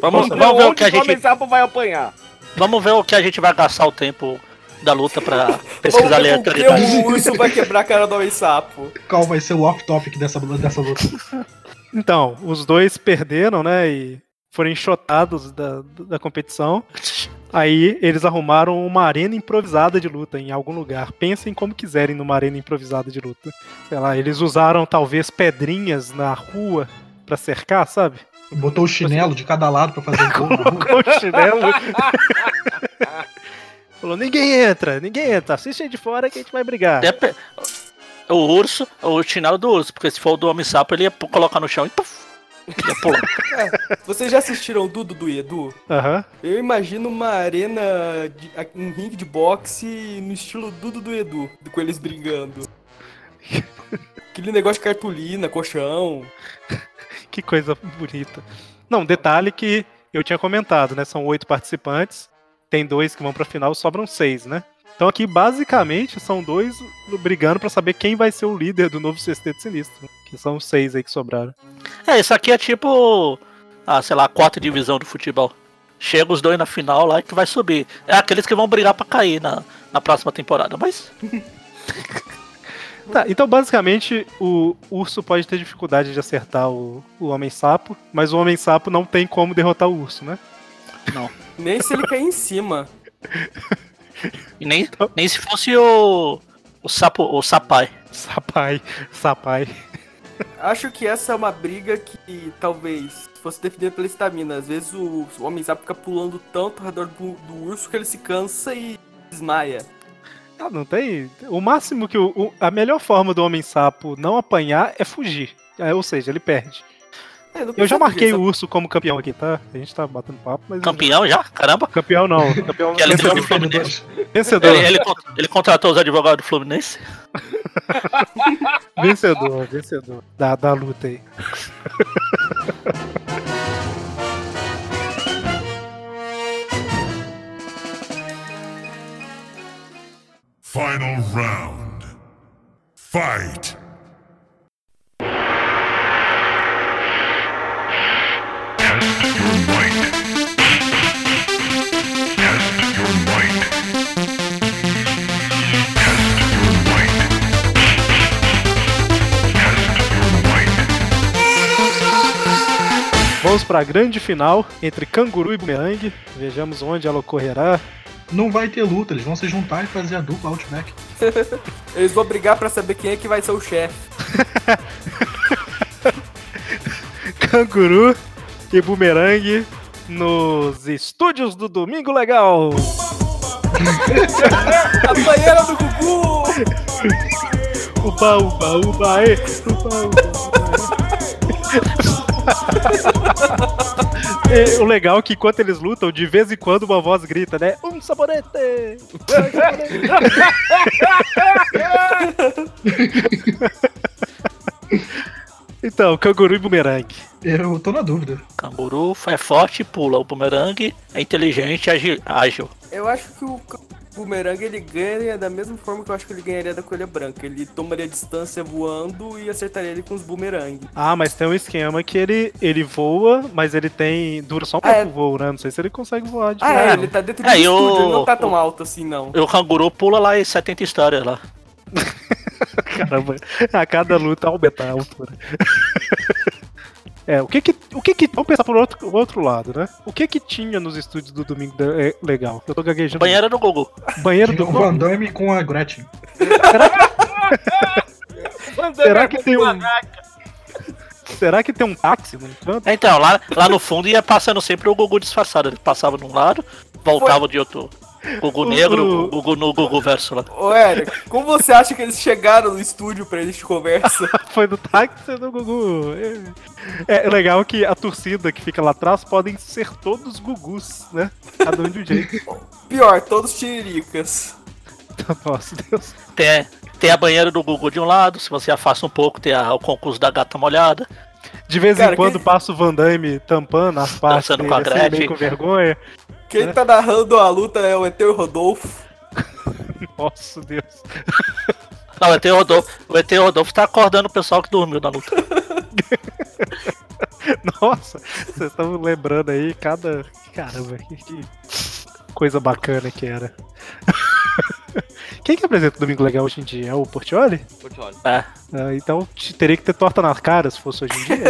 Speaker 6: Vamos,
Speaker 8: Então,
Speaker 6: vamos ver o
Speaker 8: onde
Speaker 6: que a gente,
Speaker 8: homem sapo vai apanhar.
Speaker 6: vamos ver o que a gente vai gastar o tempo da luta pra
Speaker 5: Vamos
Speaker 6: pesquisar
Speaker 5: ver com que
Speaker 6: aleatoriedade.
Speaker 5: o urso vai quebrar a cara do homem sapo.
Speaker 4: Qual vai ser o off-topic dessa, dessa luta?
Speaker 3: Então, os dois perderam, né? E foram enxotados da, da competição. Aí eles arrumaram uma arena improvisada de luta em algum lugar. Pensem como quiserem numa arena improvisada de luta. Sei lá, eles usaram talvez pedrinhas na rua pra cercar, sabe?
Speaker 4: Botou o chinelo de cada lado pra fazer o gol.
Speaker 3: Colocou o chinelo. Falou, ninguém entra, ninguém entra. Assiste aí de fora que a gente vai brigar.
Speaker 6: Depe- O urso, o chinelo do urso, porque se for o do homem sapo, ele ia pu- colocar no chão e puf, ia pular.
Speaker 5: Vocês já assistiram Dudu do Edu?
Speaker 3: Aham.
Speaker 5: Eu imagino uma arena, de- um ringue de boxe no estilo Dudu do Edu, com eles brigando. Aquele negócio de cartolina, colchão.
Speaker 3: Que coisa bonita. Não, detalhe que eu tinha comentado, né? São oito participantes, tem dois que vão pra final, sobram seis, né? Então aqui basicamente são dois brigando pra saber quem vai ser o líder do novo sexteto sinistro. né? Que são os seis aí que sobraram.
Speaker 6: É, isso aqui é tipo, ah, sei lá, a quarta divisão do futebol. Chega os dois na final lá que vai subir. É aqueles que vão brigar pra cair na, na próxima temporada, mas
Speaker 3: Tá, então basicamente o urso pode ter dificuldade de acertar o, o homem-sapo, mas o homem-sapo não tem como derrotar o urso, né?
Speaker 5: Nem se ele cair em cima.
Speaker 6: e nem, nem se fosse o, o sapo, o sapai.
Speaker 3: Sapai, sapai.
Speaker 5: Acho que essa é uma briga que talvez fosse definida pela estamina. Às vezes o, o homem sapo fica pulando tanto ao redor do, do urso que ele se cansa e desmaia.
Speaker 3: Ah, não tem. O máximo que o, o- a melhor forma do homem sapo não apanhar é fugir. É, ou seja, ele perde.
Speaker 5: É, não
Speaker 3: Eu já
Speaker 5: precisa
Speaker 3: marquei
Speaker 5: disso.
Speaker 3: o urso como campeão aqui, tá? A gente tá batendo papo, mas
Speaker 6: Campeão já? Caramba.
Speaker 3: campeão não. Campeão
Speaker 6: Que alegria do
Speaker 3: vencedor.
Speaker 6: Fluminense.
Speaker 3: Vencedor.
Speaker 6: Ele, ele con- ele contratou os advogados do Fluminense?
Speaker 3: Vencedor, vencedor da, da luta aí.
Speaker 9: Final round. Fight. Test your might. Test your might. Test your might. Test your might.
Speaker 3: Vamos pra grande final entre canguru e bumerangue. Vejamos onde ela ocorrerá.
Speaker 4: Não vai ter luta, eles vão se juntar e fazer a dupla Outback.
Speaker 5: Eles vão brigar pra saber quem é que vai ser o chefe.
Speaker 3: Canguru e bumerangue nos estúdios do Domingo Legal.
Speaker 5: A banheira do Gugu!
Speaker 3: Uba, uba, uba, e, uba, uba, uba, e. E o legal é que enquanto eles lutam, de vez em quando uma voz grita, né? Um saborete! Um saborete!" então, canguru e bumerangue.
Speaker 4: Eu tô na dúvida.
Speaker 6: Canguru é forte e pula. O bumerangue é inteligente e agi- ágil.
Speaker 5: Eu acho que o ca- bumerangue ele ganha da mesma forma que eu acho que ele ganharia da coelha branca. Ele tomaria distância voando e acertaria ele com os bumerangue.
Speaker 3: Ah, mas tem um esquema que ele, ele voa, mas ele tem. dura só um pouco
Speaker 5: Ah, é.
Speaker 3: o voo, né? Não sei se ele consegue voar de
Speaker 5: Ah, é,
Speaker 3: novo.
Speaker 5: ele tá dentro do
Speaker 6: É, e
Speaker 5: estúdio,
Speaker 6: o-
Speaker 5: ele não tá tão alto assim, não.
Speaker 6: E o canguru pula lá e 70 histórias lá.
Speaker 3: Caramba, a cada luta aumentar a altura. É, o que que, o que que, vamos pensar por outro, o outro lado, né? O que que tinha nos estúdios do Domingo da- é, Legal? Eu tô gaguejando.
Speaker 6: Banheira do Gugu.
Speaker 3: Banheiro
Speaker 4: Tinha um
Speaker 3: do
Speaker 4: o Van Damme com a Gretchen.
Speaker 3: Será que tem um... Será que tem um táxi no encanto?
Speaker 6: Então, lá, lá no fundo ia passando sempre o Gugu disfarçado. Ele passava de um lado, voltava de outro. Gugu
Speaker 3: O-
Speaker 6: negro,
Speaker 3: o-
Speaker 6: Gugu no Gugu verso lá.
Speaker 5: Ô, Eric, como você acha que eles chegaram no estúdio pra gente conversa?
Speaker 3: Foi do táxi do Gugu. É, é legal que a torcida que fica lá atrás podem ser todos Gugus, né? Cada um de um jeito.
Speaker 5: Pior, todos tiricas.
Speaker 3: Nossa, Deus.
Speaker 6: Tem, tem a banheira do Gugu de um lado, se você afasta um pouco, tem a- o concurso da gata molhada.
Speaker 3: De vez
Speaker 5: Cara,
Speaker 3: em quando
Speaker 5: que-
Speaker 3: passa o Van Damme tampando as partes
Speaker 6: Dançando
Speaker 3: dele,
Speaker 6: com a
Speaker 3: assim,
Speaker 6: Gretchen.
Speaker 3: meio com vergonha.
Speaker 5: Quem tá narrando a luta é o Eteu Rodolfo.
Speaker 3: Nossa, Deus.
Speaker 6: Não, o ET Rodolfo, o ET Rodolfo tá acordando o pessoal que dormiu na luta.
Speaker 3: Nossa, vocês estão lembrando aí cada. Caramba, que que coisa bacana que era. Quem que apresenta o Domingo Legal hoje em dia? É o Portioli?
Speaker 8: Portioli.
Speaker 6: É.
Speaker 3: Ah, então te- teria que ter torta nas caras se fosse hoje em dia.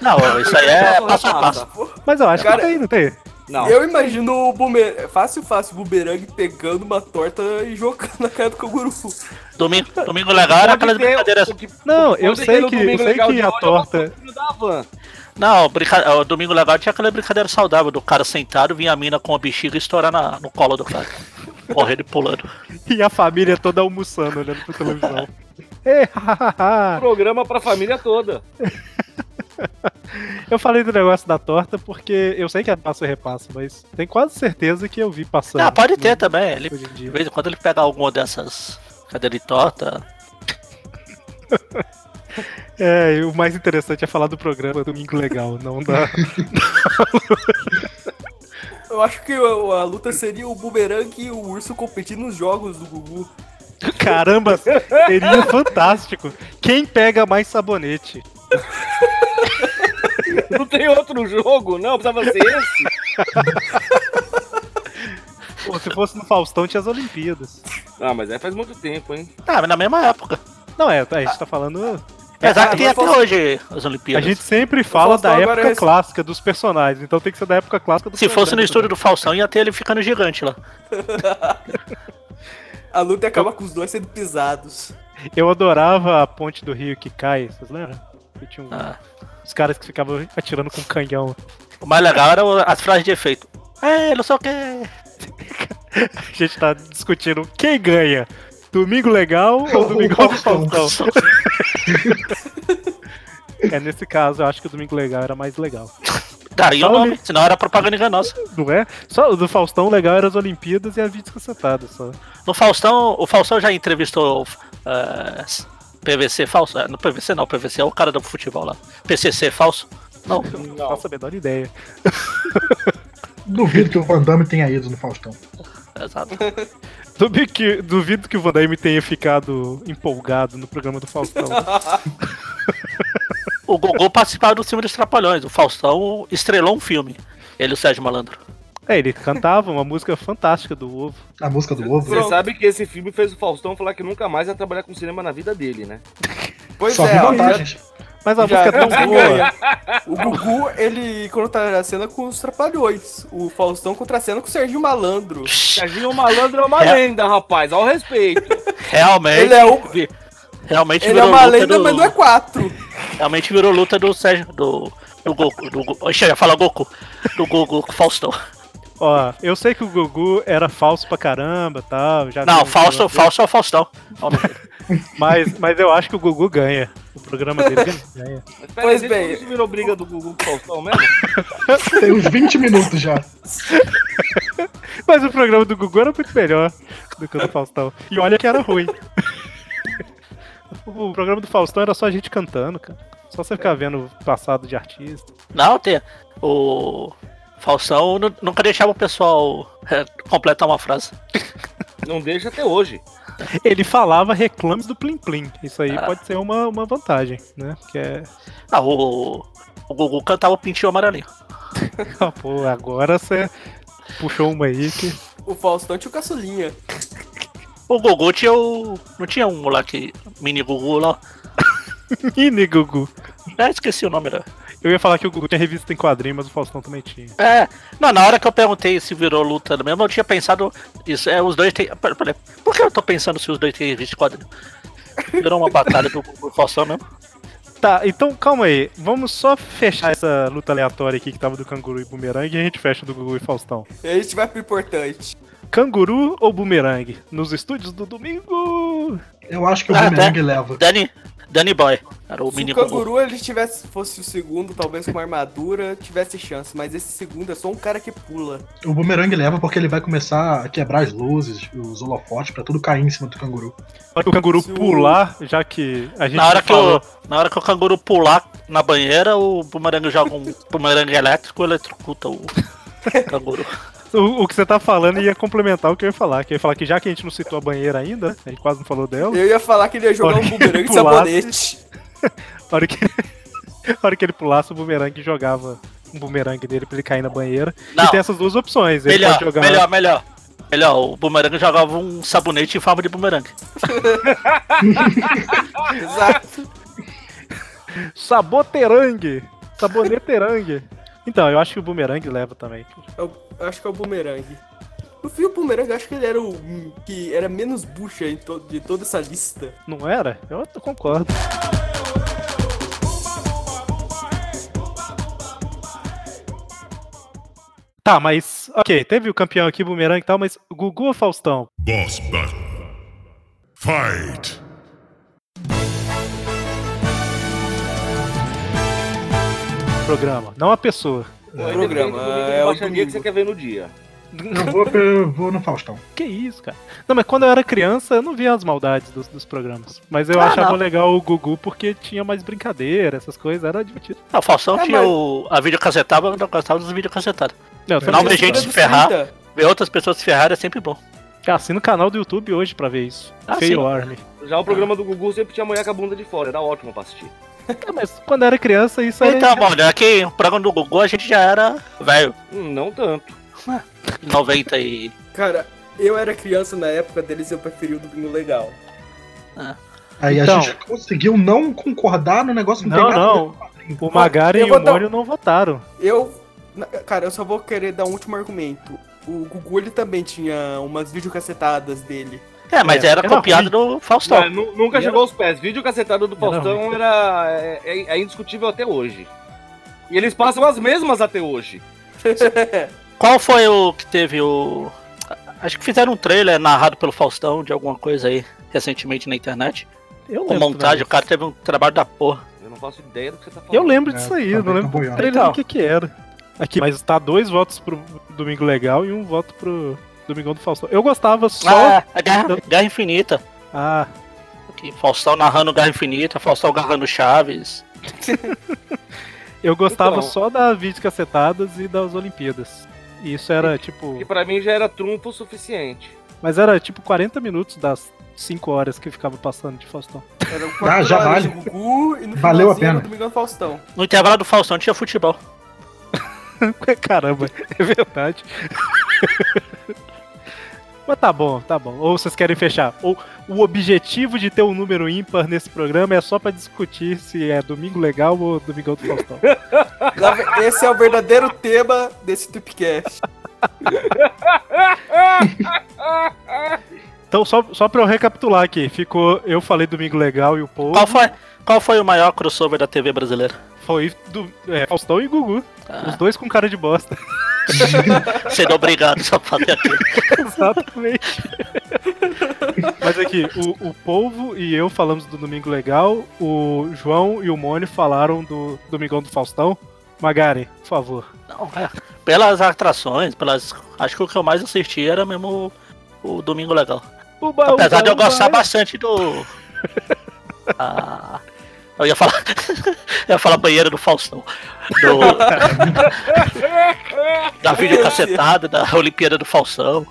Speaker 6: Não, isso aí é passo a passo.
Speaker 3: Mas eu acho
Speaker 5: Cara-
Speaker 3: que tem, não tem?
Speaker 8: Não.
Speaker 5: Eu imagino o bumerangue. Fácil, fácil, o bumerangue pegando uma torta e jogando na cara do canguru.
Speaker 6: Domingo, domingo legal era aquelas
Speaker 8: Pode ter um-
Speaker 6: brincadeiras.
Speaker 8: o que-
Speaker 3: Não,
Speaker 8: o
Speaker 3: eu
Speaker 8: pode
Speaker 3: sei
Speaker 8: ter no
Speaker 3: que-
Speaker 8: Domingo
Speaker 3: eu sei
Speaker 8: Legal
Speaker 3: que
Speaker 8: de
Speaker 3: a
Speaker 8: hoje é o
Speaker 3: torta-
Speaker 8: patrocínio da Havan.
Speaker 6: Não, brinca... é, o domingo legal tinha aquela brincadeira saudável do cara sentado, vinha a mina com a bexiga e estourar na... no colo do cara. Correndo e pulando.
Speaker 3: E a família toda almoçando, olhando pra televisão. Ei, hahaha.
Speaker 8: Programa pra família toda.
Speaker 3: eu falei do negócio da torta porque eu sei que é passo e repasso, mas tem quase certeza que eu vi passando.
Speaker 6: Ah, pode ter também. Ele...
Speaker 3: Hoje em
Speaker 6: De
Speaker 3: dia.
Speaker 6: vez em quando ele pega alguma dessas cadeira de torta.
Speaker 3: É, e o mais interessante é falar do programa Domingo Legal, não da.
Speaker 5: Eu acho que a, a luta seria o bumerangue e o urso competindo nos jogos do Gugu.
Speaker 3: Caramba, seria fantástico. Quem pega mais sabonete?
Speaker 8: Não tem outro jogo, não. Precisava ser esse.
Speaker 3: Pô, se fosse no Faustão, tinha as Olimpíadas.
Speaker 8: Ah, mas aí faz muito tempo, hein?
Speaker 6: Ah, mas na mesma época.
Speaker 3: Não, é, a gente tá falando.
Speaker 6: Apesar
Speaker 5: Ah,
Speaker 6: que tem
Speaker 5: mas
Speaker 6: até
Speaker 5: Faustão-
Speaker 6: hoje as
Speaker 3: A
Speaker 6: Olimpíadas.
Speaker 3: gente sempre fala da
Speaker 5: Faustão agora
Speaker 3: época
Speaker 5: é-
Speaker 3: clássica dos personagens, então tem que ser da época clássica do
Speaker 6: Se fosse no
Speaker 3: programa.
Speaker 6: estúdio do Faustão, ia ter ele ficando gigante lá.
Speaker 5: A luta acaba com os dois sendo pisados.
Speaker 3: Eu adorava a ponte do rio que cai, vocês lembram? Que tinha um-
Speaker 6: Ah.
Speaker 3: os caras que ficavam atirando com um canhão.
Speaker 6: O mais legal era o- as frases de efeito. É, não sei o que.
Speaker 3: A gente tá discutindo quem ganha. Domingo legal ou domingo do
Speaker 4: Faustão.
Speaker 3: Faustão? É, nesse caso, eu acho que o Domingo Legal era mais legal.
Speaker 6: Daria o
Speaker 3: Fala
Speaker 6: nome, senão era propaganda nossa.
Speaker 3: Não é? Só o do Faustão o legal era as Olimpíadas e as vídeos cacetadas só.
Speaker 6: No Faustão, o Faustão já entrevistou eh, PVC falso. eh, Não PVC não, PVC é o cara do futebol lá. PCC falso. Não,
Speaker 3: Não faço a menor ideia.
Speaker 4: Duvido que o Van Damme tenha ido no Faustão.
Speaker 6: é exato.
Speaker 3: Duvido que, duvido que o Van Damme tenha ficado empolgado no programa do Faustão.
Speaker 6: O Gogol participava do filme dos Trapalhões. O Faustão estrelou um filme. Ele e o Sérgio Malandro.
Speaker 3: é, ele cantava uma música fantástica do Ovo.
Speaker 4: A música do ovo.
Speaker 8: Você sabe que esse filme fez o Faustão falar que nunca mais ia trabalhar com cinema na vida dele, né?
Speaker 5: Pois
Speaker 4: Só vi
Speaker 5: é, ó, já-
Speaker 4: vantagens.
Speaker 3: Mas a
Speaker 5: Já-
Speaker 3: música é tão boa.
Speaker 5: O Gugu, ele contracena com os Trapalhões. O Faustão contracena com o Serginho Malandro.
Speaker 8: Serginho Malandro é uma
Speaker 6: É.
Speaker 8: lenda, rapaz. Ao respeito.
Speaker 6: Realmente.
Speaker 5: Ele é o-
Speaker 6: vi- Realmente
Speaker 5: Ele é
Speaker 6: virou
Speaker 5: uma
Speaker 6: luta
Speaker 5: lenda,
Speaker 6: do...
Speaker 5: mas não é quatro.
Speaker 6: Realmente virou luta do Sérgio. Do, do Goku. Do, Go- Oxe, eu ia falar Goku. Do Goku com o Faustão.
Speaker 3: Ó, eu sei que o Gugu era falso pra caramba tal. Já vi
Speaker 6: Não,
Speaker 3: um
Speaker 6: falso,
Speaker 3: programa
Speaker 6: falso é o Faustão.
Speaker 3: dele, Mas, mas eu acho que o Gugu ganha. O programa dele ganha.
Speaker 8: Mas, peraí,
Speaker 5: Pois
Speaker 8: deixa eu ver
Speaker 5: bem.
Speaker 8: se virou briga do Gugu com o Faustão mesmo?
Speaker 4: Tem uns 20 minutos já.
Speaker 3: Mas o programa do Gugu era muito melhor do que o do Faustão. E olha que era ruim. O programa do Faustão era só a gente cantando, cara. Só você ficar vendo o passado de artista.
Speaker 6: Não, tem. O Faustão nu- nunca deixava o pessoal é, completar uma frase.
Speaker 8: Não deixa até hoje.
Speaker 3: Ele falava reclames do Plim Plim. Isso aí
Speaker 6: Ah.
Speaker 3: pode ser uma, uma vantagem, né? Que é.
Speaker 6: Ah, o, o Gugu cantava o Pintinho Amarelinho.
Speaker 3: Ah, Pô, agora você puxou uma aí que.
Speaker 5: O Faustão tinha o caçulinha.
Speaker 6: O Gugu tinha o. Não tinha um moleque mini Gugu lá?
Speaker 3: Mini né, Gugu.
Speaker 6: Ah, esqueci o nome da.
Speaker 3: Eu ia falar que o Gugu tinha revista em quadrinho, mas o Faustão também tinha.
Speaker 6: É, não, na hora que eu perguntei se virou luta mesmo, eu tinha pensado. Isso, é, os dois têm. pera- pera- Por que eu tô pensando se os dois têm revista de quadrinho? Virou uma batalha do Gugu Faustão mesmo?
Speaker 3: Tá, então calma aí. Vamos só fechar essa luta aleatória aqui que tava do canguru e bumerangue e a gente fecha do Gugu e Faustão.
Speaker 5: E a gente vai pro importante.
Speaker 3: Canguru ou bumerangue? Nos estúdios do domingo!
Speaker 4: Eu acho que o
Speaker 6: Ah,
Speaker 4: Boomerang leva.
Speaker 6: Dani, Dani Boy. Era o
Speaker 5: Se
Speaker 6: mini
Speaker 5: o
Speaker 6: Goku.
Speaker 5: canguru ele tivesse, fosse o segundo, talvez com uma armadura, tivesse chance. Mas esse segundo é só um cara que pula.
Speaker 4: O Boomerang leva porque ele vai começar a quebrar as luzes, os holofotes, pra tudo cair em cima do canguru.
Speaker 3: Na hora que o canguru
Speaker 5: Se o-
Speaker 3: pular, já que a gente
Speaker 6: Na hora, que
Speaker 3: falou,
Speaker 6: o, na hora que o canguru pular na banheira, o bumerangue joga um bumerangue elétrico e eletrocuta o canguru.
Speaker 3: o, o que você tá falando ia complementar o que eu ia falar. Que eu ia falar que já que a gente não citou a banheira ainda, a gente quase não falou dela,
Speaker 5: Eu ia falar que ele ia jogar
Speaker 3: Olha
Speaker 5: um
Speaker 3: que
Speaker 5: bumerangue de
Speaker 3: pulasse.
Speaker 5: sabonete.
Speaker 3: na hora que, na hora que ele pulasse, o bumerangue jogava um bumerangue dele pra ele cair na banheira.
Speaker 6: Não.
Speaker 3: E tem essas duas opções. Ele
Speaker 6: Melhor,
Speaker 3: pode jogar.
Speaker 6: melhor, melhor. Melhor, o bumerangue jogava um sabonete em forma de bumerangue.
Speaker 5: Exato.
Speaker 3: Saboterangue! Saboneterangue! Então, eu acho que o bumerangue leva também.
Speaker 5: Eu, eu acho que é o bumerangue. No fim, o bumerangue, eu acho que ele era o que era menos bucha em to- de toda essa lista.
Speaker 3: Não era? Eu concordo. Tá, mas. Ok, teve o campeão aqui, bumerangue e tal, mas Gugu ou Faustão?
Speaker 9: Boss battle. Fight.
Speaker 3: Programa, não a pessoa.
Speaker 8: Pô,
Speaker 5: programa, é o
Speaker 8: o dia
Speaker 5: domingo.
Speaker 8: que você quer ver no dia.
Speaker 4: Eu vou, eu vou no Faustão.
Speaker 3: Que isso, cara? Não, mas quando eu era criança, eu não via as maldades dos, dos programas. Mas eu
Speaker 6: Ah,
Speaker 3: achava
Speaker 6: não.
Speaker 3: legal o Gugu porque tinha mais brincadeira, essas coisas, era divertido.
Speaker 6: Ah, O Falsão
Speaker 5: É,
Speaker 6: tinha
Speaker 5: mas-
Speaker 6: o, a videocassetada, eu não gostava dos videocasetados.
Speaker 3: Não, eu
Speaker 6: Não,
Speaker 3: também-
Speaker 6: gente
Speaker 5: Era
Speaker 6: se
Speaker 5: dos
Speaker 6: ferrar.
Speaker 5: 30.
Speaker 6: Ver outras pessoas se ferrar é sempre bom.
Speaker 3: Assina o canal do YouTube hoje pra ver isso.
Speaker 6: Ah,
Speaker 3: Feio
Speaker 6: sim.
Speaker 3: Army.
Speaker 8: Já o programa do Gugu sempre tinha mulher com a bunda de fora, era ótimo pra assistir.
Speaker 3: É, mas quando eu era criança, isso era.
Speaker 6: Então, mano, é que o programa do Gugu a gente já era velho,
Speaker 8: Hum, não tanto.
Speaker 6: em 90 e.
Speaker 5: Cara, eu era criança na época deles eu preferi o domingo legal.
Speaker 4: Aí
Speaker 3: Então.
Speaker 4: a gente conseguiu não concordar no negócio que não,
Speaker 3: Não,
Speaker 4: tem nada a ver.
Speaker 3: não. O Magari
Speaker 5: Eu
Speaker 3: e
Speaker 5: vou
Speaker 3: o
Speaker 5: dar-
Speaker 3: Mônio não votaram.
Speaker 5: Eu. na- Cara, eu só vou querer dar um último argumento. O Gugu ele também tinha umas videocassetadas dele.
Speaker 6: É, mas
Speaker 3: É,
Speaker 6: era
Speaker 3: era
Speaker 6: copiado do Faustão.
Speaker 8: Mas nu- nunca
Speaker 3: Era-
Speaker 8: chegou aos pés. Vídeo cacetado do Faustão era, é, é- é indiscutível até hoje. E eles passam as mesmas até hoje.
Speaker 6: Qual foi o que teve o. Acho que fizeram um trailer narrado pelo Faustão de alguma coisa aí recentemente na internet.
Speaker 3: Eu
Speaker 6: Com
Speaker 3: lembro.
Speaker 6: montagem,
Speaker 3: velho.
Speaker 6: o cara teve um trabalho da porra.
Speaker 8: Eu não faço ideia do que você tá falando.
Speaker 3: Eu lembro
Speaker 4: É,
Speaker 3: disso aí, eu não
Speaker 4: também tô
Speaker 3: lembro
Speaker 4: boiando.
Speaker 3: o trailer do que que era. Aqui, mas tá dois votos pro Domingo Legal e um voto pro Domingão do Faustão. Eu gostava só.
Speaker 6: Ah, a Guerra, Guerra Infinita.
Speaker 3: Ah,
Speaker 6: Aqui, Faustão narrando Guerra Infinita, Faustão agarrando Chaves.
Speaker 3: eu gostava
Speaker 8: Então.
Speaker 3: só da videocassetadas e das Olimpíadas. E isso era tipo.
Speaker 8: Que pra mim já era trunfo o suficiente.
Speaker 3: Mas era tipo 40 minutos das 5 horas que ficava passando de Faustão.
Speaker 5: Era o quatro
Speaker 4: Ah, já
Speaker 5: horas
Speaker 4: vale.
Speaker 5: de um Gugu e no
Speaker 4: Valeu a
Speaker 5: finalzinho
Speaker 4: pena.
Speaker 5: era o Domingão do Faustão.
Speaker 6: No intervalo do Faustão tinha futebol.
Speaker 3: Caramba, é verdade. Mas tá bom, tá bom. Ou vocês querem fechar? Ou o objetivo de ter um número ímpar nesse programa é só pra discutir se é domingo legal ou domingão do Faustão.
Speaker 5: Lá vem- Esse é o verdadeiro tema desse Tipcast.
Speaker 3: Então, só, só pra eu recapitular aqui, ficou. Eu falei domingo legal e o Paul
Speaker 6: Qual foi, qual foi o maior crossover da TV brasileira?
Speaker 3: foi do, é, Faustão e Gugu. Os
Speaker 6: Ah,
Speaker 3: dois com cara de bosta.
Speaker 6: sendo obrigado só pra ter aquilo.
Speaker 3: Exatamente. Mas aqui, o, o Polvo e eu falamos do Domingo Legal, o João e o Mônio falaram do Domingão do Faustão. Magari, por favor.
Speaker 6: Não, é. Pelas atrações, pelas. Acho que o que eu mais assisti era mesmo o, o Domingo Legal.
Speaker 3: Uba,
Speaker 6: Apesar
Speaker 3: uba,
Speaker 6: de eu
Speaker 3: uba.
Speaker 6: gostar bastante do. Ah, eu ia falar. eu ia falar banheiro do Faustão. Do... da videocacetada, da Olimpíada do Faustão.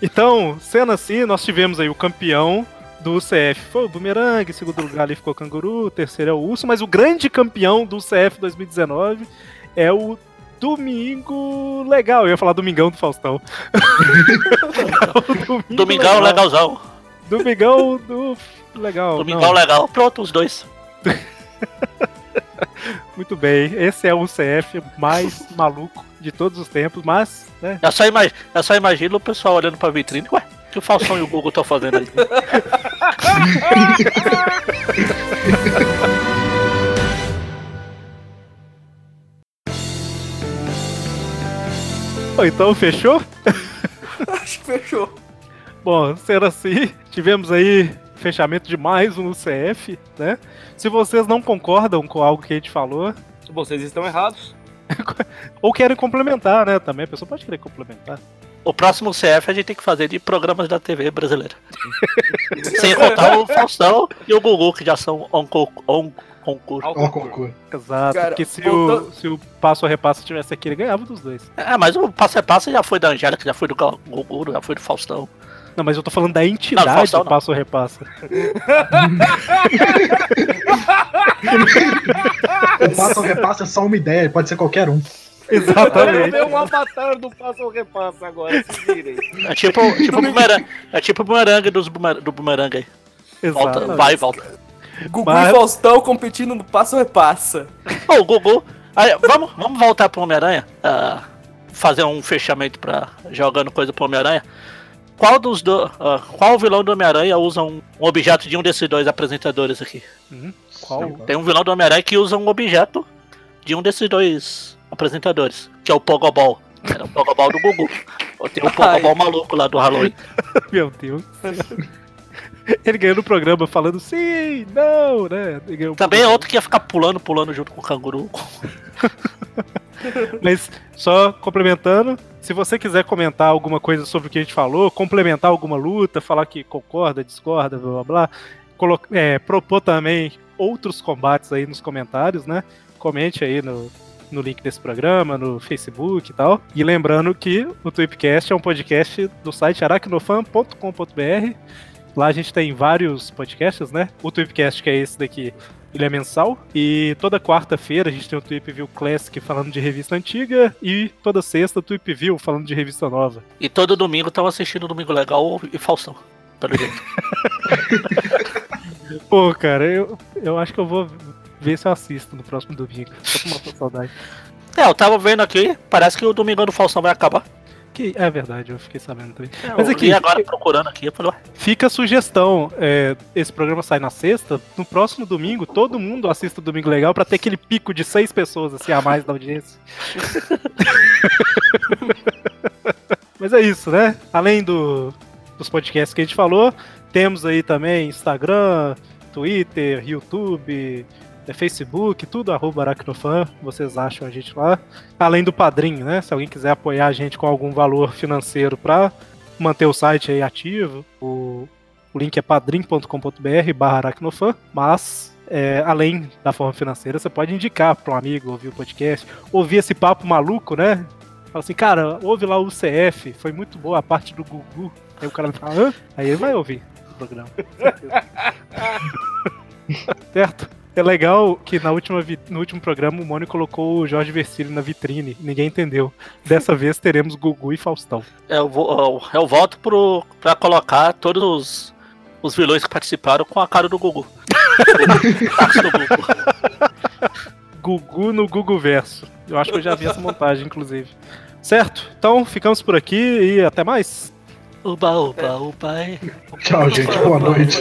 Speaker 3: Então, sendo assim, nós tivemos aí o campeão do CF foi o Boomerang, em segundo lugar ali ficou o Canguru, o terceiro é o Urso, mas o grande campeão do CF 2019 é o Domingo Legal. Eu ia falar Domingão do Faustão. É o Domingo
Speaker 6: Domingão né? legalzão.
Speaker 3: Domingão do. Legal.
Speaker 6: Domingão
Speaker 3: não.
Speaker 6: legal. Pronto, os dois.
Speaker 3: Muito bem. Esse é o CF mais maluco de todos os tempos, mas, né?
Speaker 6: Eu só, imag... eu só imagino o pessoal olhando pra vitrine. Ué, o que o Faustão e o Google estão fazendo ali?
Speaker 3: Ou então fechou?
Speaker 5: Acho que fechou.
Speaker 3: Bom, sendo assim, tivemos aí fechamento de mais um CF, né? Se vocês não concordam com algo que a gente falou,
Speaker 8: Vocês estão errados.
Speaker 3: ou querem complementar, né? Também a pessoa pode querer complementar.
Speaker 6: O próximo CF a gente tem que fazer de programas da TV brasileira. Sem contar o Faustão e o Gugu, que já são on, co- on concurso.
Speaker 4: Ó, concurso.
Speaker 3: Exato,
Speaker 5: Cara,
Speaker 3: porque se,
Speaker 5: voltando-
Speaker 3: o, se o passo a repasso tivesse aqui, ele ganhava dos dois.
Speaker 6: É, mas o passo a passo já foi da Angélica, já foi do Gal- Gugu, já foi do Faustão.
Speaker 3: Não, mas eu tô falando da entidade
Speaker 6: Não, Faustão
Speaker 3: do
Speaker 6: não.
Speaker 3: passo a repasso.
Speaker 4: O passo ou repasso é só uma ideia, ele pode ser qualquer um.
Speaker 3: Exatamente.
Speaker 8: Deu um avatar do passo ao repasso agora, se virem.
Speaker 6: É tipo, tipo bumerangue, é tipo bumerangue dos bumer, do bumerangue aí. Volta,
Speaker 3: Exatamente.
Speaker 6: vai e volta.
Speaker 5: Gugu
Speaker 3: Mas-
Speaker 5: e Faustão competindo no passo a repassa.
Speaker 6: Ô, o Gugu, aí, vamos, vamos voltar pro Homem-Aranha? ah, fazer um fechamento pra jogando coisa pro Homem-Aranha. Qual dos do, ah, qual vilão do Homem-Aranha usa um, um objeto de um desses dois apresentadores aqui?
Speaker 3: Qual?
Speaker 6: Tem um vilão do Homem-Aranha que usa um objeto de um desses dois apresentadores, que é o Pogobol. Era o Pogobol do Gugu. Tem o Pogobol maluco lá do Halloween.
Speaker 3: Meu Deus. do céu. Ele ganhou no programa falando sim, não, né? Ele ganhou o
Speaker 6: Também é
Speaker 3: programa.
Speaker 6: outro que ia ficar pulando, pulando junto com o canguru.
Speaker 3: Mas só complementando, se você quiser comentar alguma coisa sobre o que a gente falou, complementar alguma luta, falar que concorda, discorda, blá blá blá, colo- é, propor também outros combates aí nos comentários, né? Comente aí no, no link desse programa, no Facebook e tal. E lembrando que o Tweepcast é um podcast do site aracnofan.com.br. Lá a gente tem vários podcasts, né? O Tweepcast, que é esse daqui, ele é mensal. E toda quarta-feira a gente tem o Tweep View Classic falando de revista antiga. E toda sexta o Tweep View falando de revista nova.
Speaker 6: E todo domingo estão assistindo Domingo Legal e Faustão. Pelo jeito.
Speaker 3: Pô, cara, eu, eu acho que eu vou ver se eu assisto no próximo domingo. Só pra matar a saudade.
Speaker 6: É, eu tava vendo aqui, parece que o Domingão do Faustão vai acabar.
Speaker 3: Que, é verdade, eu fiquei sabendo também.
Speaker 6: É, Mas
Speaker 3: Mas
Speaker 6: aqui,
Speaker 3: aqui,
Speaker 6: e agora procurando aqui, eu falei, ué,
Speaker 3: Fica a sugestão. é, esse programa sai na sexta. No próximo domingo, todo mundo assista o Domingo Legal pra ter aquele pico de seis pessoas assim a mais da audiência. Mas é isso, né? Além do- dos podcasts que a gente falou, temos aí também Instagram, Twitter, YouTube, é, Facebook, tudo arroba aracnofan, vocês acham a gente lá. Além do padrinho, né? Se alguém quiser apoiar a gente com algum valor financeiro pra manter o site aí ativo. O, o link é padrim.com.br barra aracnofan, mas é, além da forma financeira, você pode indicar para um amigo ouvir o podcast, ouvir esse papo maluco, né? Fala assim, cara, ouve lá o CF, foi muito boa a parte do Gugu. Aí o cara vai falar, Hã? aí ele vai ouvir o programa. certo? É legal que na última vi- no último programa o Mônio colocou o Jorge Versilli na vitrine, ninguém entendeu. Dessa vez teremos Gugu e Faustão.
Speaker 6: eu, vou, eu, eu volto pro, pra colocar todos os, os vilões que participaram com a cara do Gugu. Táxi do Gugu.
Speaker 3: Gugu no Gugu Verso. Eu acho que eu já vi essa montagem, inclusive. Certo? Então ficamos por aqui e até mais.
Speaker 6: Uba, uba, uba. é.
Speaker 4: Tchau, gente. Boa noite.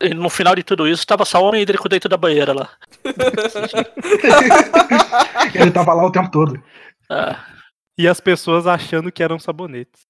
Speaker 6: E no final de tudo isso, tava só o homem hídrico dentro da banheira lá.
Speaker 4: Ele tava lá o tempo todo.
Speaker 6: Ah,
Speaker 3: E as pessoas achando que eram sabonetes.